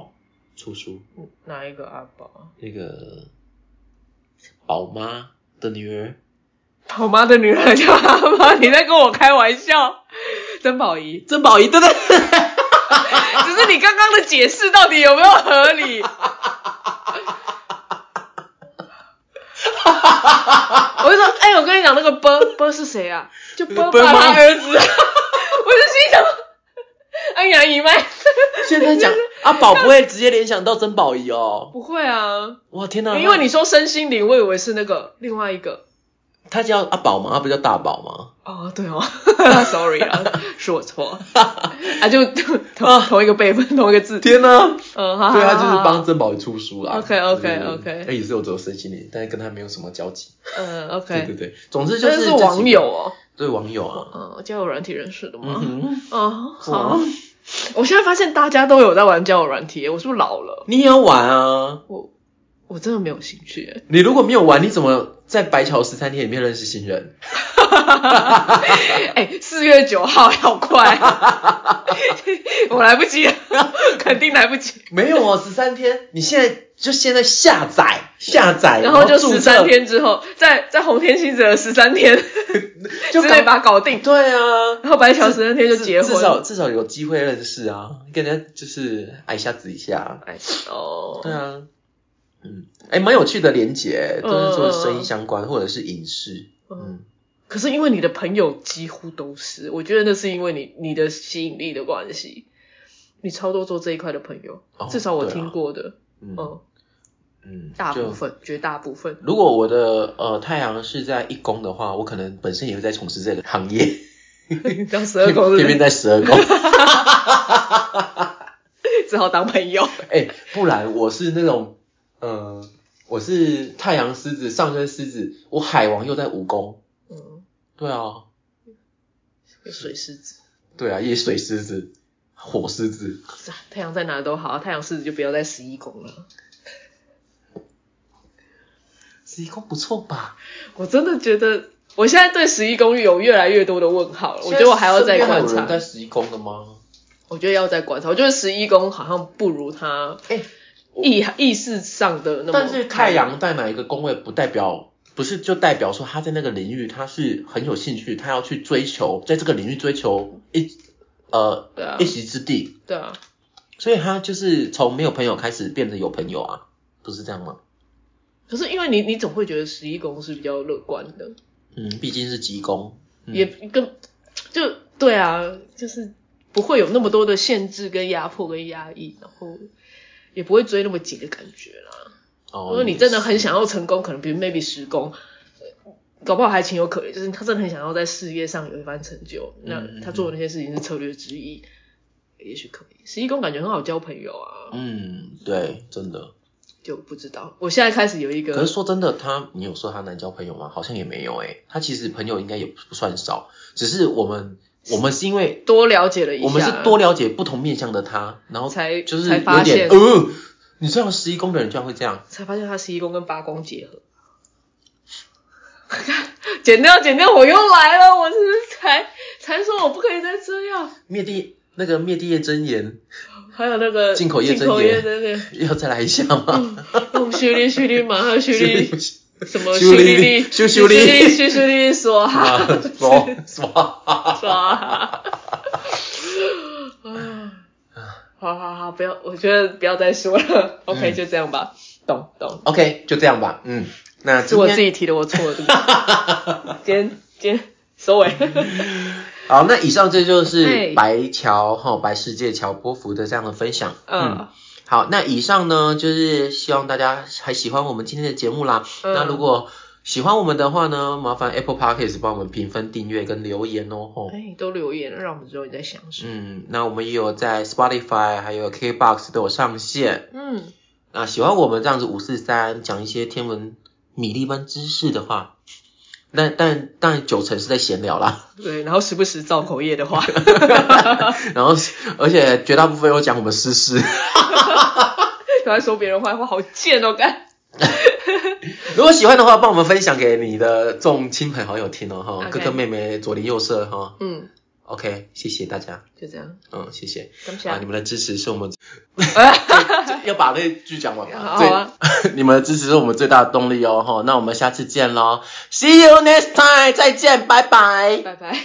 S2: 出书，
S1: 嗯，哪一个阿宝？
S2: 那个宝妈的女儿，
S1: 宝妈的女 [laughs] 儿叫阿宝，你在跟我开玩笑？曾宝仪，
S2: 郑宝仪，
S1: [laughs]
S2: 对对，
S1: 只是你刚刚的解释到底有没有合
S2: [laughs]
S1: 理？我就说，哎、我跟你讲，那个波波是谁啊？就波
S2: 波
S1: 爸
S2: 妈
S1: 他儿子。我 [laughs] 就心想， [laughs] 安阳姨妈 [laughs]
S2: 现在 [laughs] 讲阿啊宝不会直接联想到曾宝仪哦，
S1: 不会啊，
S2: 哇天哪，
S1: 因为你说身心灵，我以为是那个另外一个。
S2: 他叫阿宝吗？他不叫大宝吗？
S1: 哦，对
S2: [laughs]
S1: 哦，sorry 啊，是我错， [laughs] 啊，就同同一个辈分，
S2: [laughs]
S1: 同一个字，
S2: 天哪，
S1: 嗯，好，
S2: 对啊，
S1: 好
S2: 就
S1: 好
S2: 是
S1: 好
S2: 帮珍宝仪出书啦。
S1: OK，OK，
S2: 对对对
S1: OK
S2: 那也是有走身心灵，但是跟他没有什么交集。
S1: 嗯
S2: 对对
S1: ，OK，
S2: 对，总之就
S1: 真的是
S2: 是这几个
S1: 网友，哦，
S2: 对网友啊，
S1: [laughs] 嗯，交友软体认识的
S2: 嗯
S1: 吗？
S2: 哼，
S1: 哦，
S2: 哇
S1: 好， [laughs] 我现在发现大家都有在玩交友软体耶，我是不是老了？
S2: 你也要玩啊？
S1: 我我真的没有兴趣耶，
S2: 你如果没有玩，你怎么在白桥十三天里面认识新人？
S1: 哎，四月九号好快，啊
S2: [laughs]
S1: [laughs] 我来不及了，肯定来不及，
S2: 没
S1: [laughs]
S2: 有哦，十三天，你现在就现在下载下载，
S1: 然后就
S2: 注册
S1: 十三，天之后，在在红天行者十三 [laughs] 天
S2: 就
S1: 之内
S2: 赶
S1: 把它搞定。
S2: 对啊。
S1: 然后白桥十三天就结婚，
S2: 至至少至少有机会认识啊，跟人家就是挨一下子一下，
S1: 哎哦，
S2: 对啊，嗯，哎、蛮有趣的连结，都是做生意
S1: 嗯
S2: 相关、或者是影视，嗯
S1: 嗯，可是因为你的朋友几乎都是，我觉得那是因为你你的吸引力的关系，你超多做这一块的朋友，
S2: 哦
S1: 至少我听过的，
S2: 嗯
S1: 啊嗯，
S2: 嗯，
S1: 大部
S2: 就。
S1: 分，绝大部 [laughs] 分，
S2: 如果我的呃太阳是在一宫的话，我可能本身也会在从事这个行业，
S1: 到十二宫是
S2: [laughs]
S1: 不
S2: 偏偏
S1: 是
S2: 在十二宫，
S1: 只好当朋 [laughs] 友。
S2: 哎、不然我是那种，嗯、我是太阳狮子、上升狮子，我海王又在蜈蚣。
S1: 嗯，
S2: 对啊，
S1: 有水狮子，
S2: 对啊，也水狮子、火狮子，
S1: 是啊太阳在哪都好，太阳狮子就不要在十一宫了。
S2: 十一宫不错吧？
S1: 我真的觉得，我现在对十一宫有越来越多的问号了。我觉得我还要再观
S2: 现在身边还有
S1: 察
S2: 人，在十一宫的吗？
S1: 我觉得要再观察。我觉得十一宫好像不如他
S2: 哎、
S1: 意意识上的那么开
S2: 但
S1: 朗。
S2: 是太阳在哪一个宫位，不代表不是就代表说他在那个领域他是很有兴趣，他要去追求，在这个领域追求一呃、
S1: 对啊
S2: 一席之地，
S1: 对啊，
S2: 所以他就是从没有朋友开始变得有朋友啊，不是这样吗？
S1: 可是因为你你总会觉得十一宫是比较乐观的，
S2: 嗯，毕竟是吉宫，嗯、
S1: 也跟就对啊，就是不会有那么多的限制跟压迫跟压抑，然后也不会追那么紧的感觉啦。
S2: 哦
S1: 如果你真的很想要成功，可能比如 maybe 十功，呃搞不好还情有可原。就是他真的很想要在事业上有一番成就，
S2: 嗯
S1: 那他做的那些事情是策略之一，也许可以。十一宫感觉很好交朋友啊，
S2: 嗯，对，真的。
S1: 就不知道。我现在开始有一
S2: 可
S1: 个
S2: 是，说真的，他你有说他难交朋友吗？好像也没有诶、他其实朋友应该也不不算少，只是我们我们是因为
S1: 多了解了一下，
S2: 我们是多了解不同面向的他，然后
S1: 才
S2: 就是
S1: 才
S2: 有
S1: 发
S2: 点
S1: 现
S2: 呃，你知道十一宫的人居然会这样，
S1: 才发现他十一宫跟八宫结合。 [laughs] 剪掉，剪掉，我又来了！我是才才说我不可以再这样。
S2: 灭地那个灭地叶真言
S1: 还有那个
S2: 进口业
S1: 进
S2: 真
S1: 口
S2: 言
S1: 业真言，
S2: 要再来一下
S1: [laughs]
S2: 吗？
S1: 嗯用蓄力蓄力马上蓄
S2: [laughs]
S1: 力 [laughs] 什么
S2: 修
S1: 蓄
S2: 理
S1: 力力
S2: 修修理
S1: 蓄蓄力说 [laughs]
S2: 啊
S1: 哈，
S2: [laughs] 什么什么？
S1: 说哈，啊， [laughs] 好好好，不要，我觉得不要再说了，OK，
S2: 嗯
S1: 就这样吧，懂懂，
S2: [laughs] OK，就这样吧，嗯，那
S1: 是
S2: 今
S1: 我
S2: 天
S1: 自己提的，我错了，对不对？
S2: [laughs]
S1: 今天今天收尾，
S2: 好，那以上这就是
S1: 哎
S2: 白桥哈、白世界乔波福的这样的分享，
S1: [laughs]
S2: 嗯
S1: 嗯，
S2: 好，那以上呢，就是希望大家还喜欢我们今天的节目啦。
S1: 嗯
S2: 那如果喜欢我们的话呢，麻烦 Apple Podcast 帮我们评分、订阅跟留言哦。吼
S1: 哎，都留言了，让我们知道你在想什么，
S2: 嗯，那我们也有在 Spotify 还有 KBox 都有上线。
S1: 嗯，
S2: 那喜欢我们这样子五四三讲一些天文米粒般知识的话，那但但九成是在闲聊啦。 [laughs]
S1: 对，然后时不时造口业的话， [laughs]
S2: 然后而且绝大部分有讲我们私事。
S1: 都在说别人坏话，好贱哦，干。
S2: 如果喜欢的话，帮我们分享给你的众亲朋好友听哦，哈，
S1: OK
S2: 哥哥妹妹左邻右舍哈。
S1: 嗯，
S2: OK，谢谢大家，
S1: 就这样，
S2: 嗯，谢谢
S1: 感谢。
S2: 啊，你们的支持是我们
S1: [laughs]
S2: 要把那句讲完
S1: 好
S2: 吗？
S1: 啊
S2: 最 [laughs] 你们的支持是我们最大的动力哦，哈，那我们下次见喽，See you next time，再见，拜拜。
S1: 拜拜。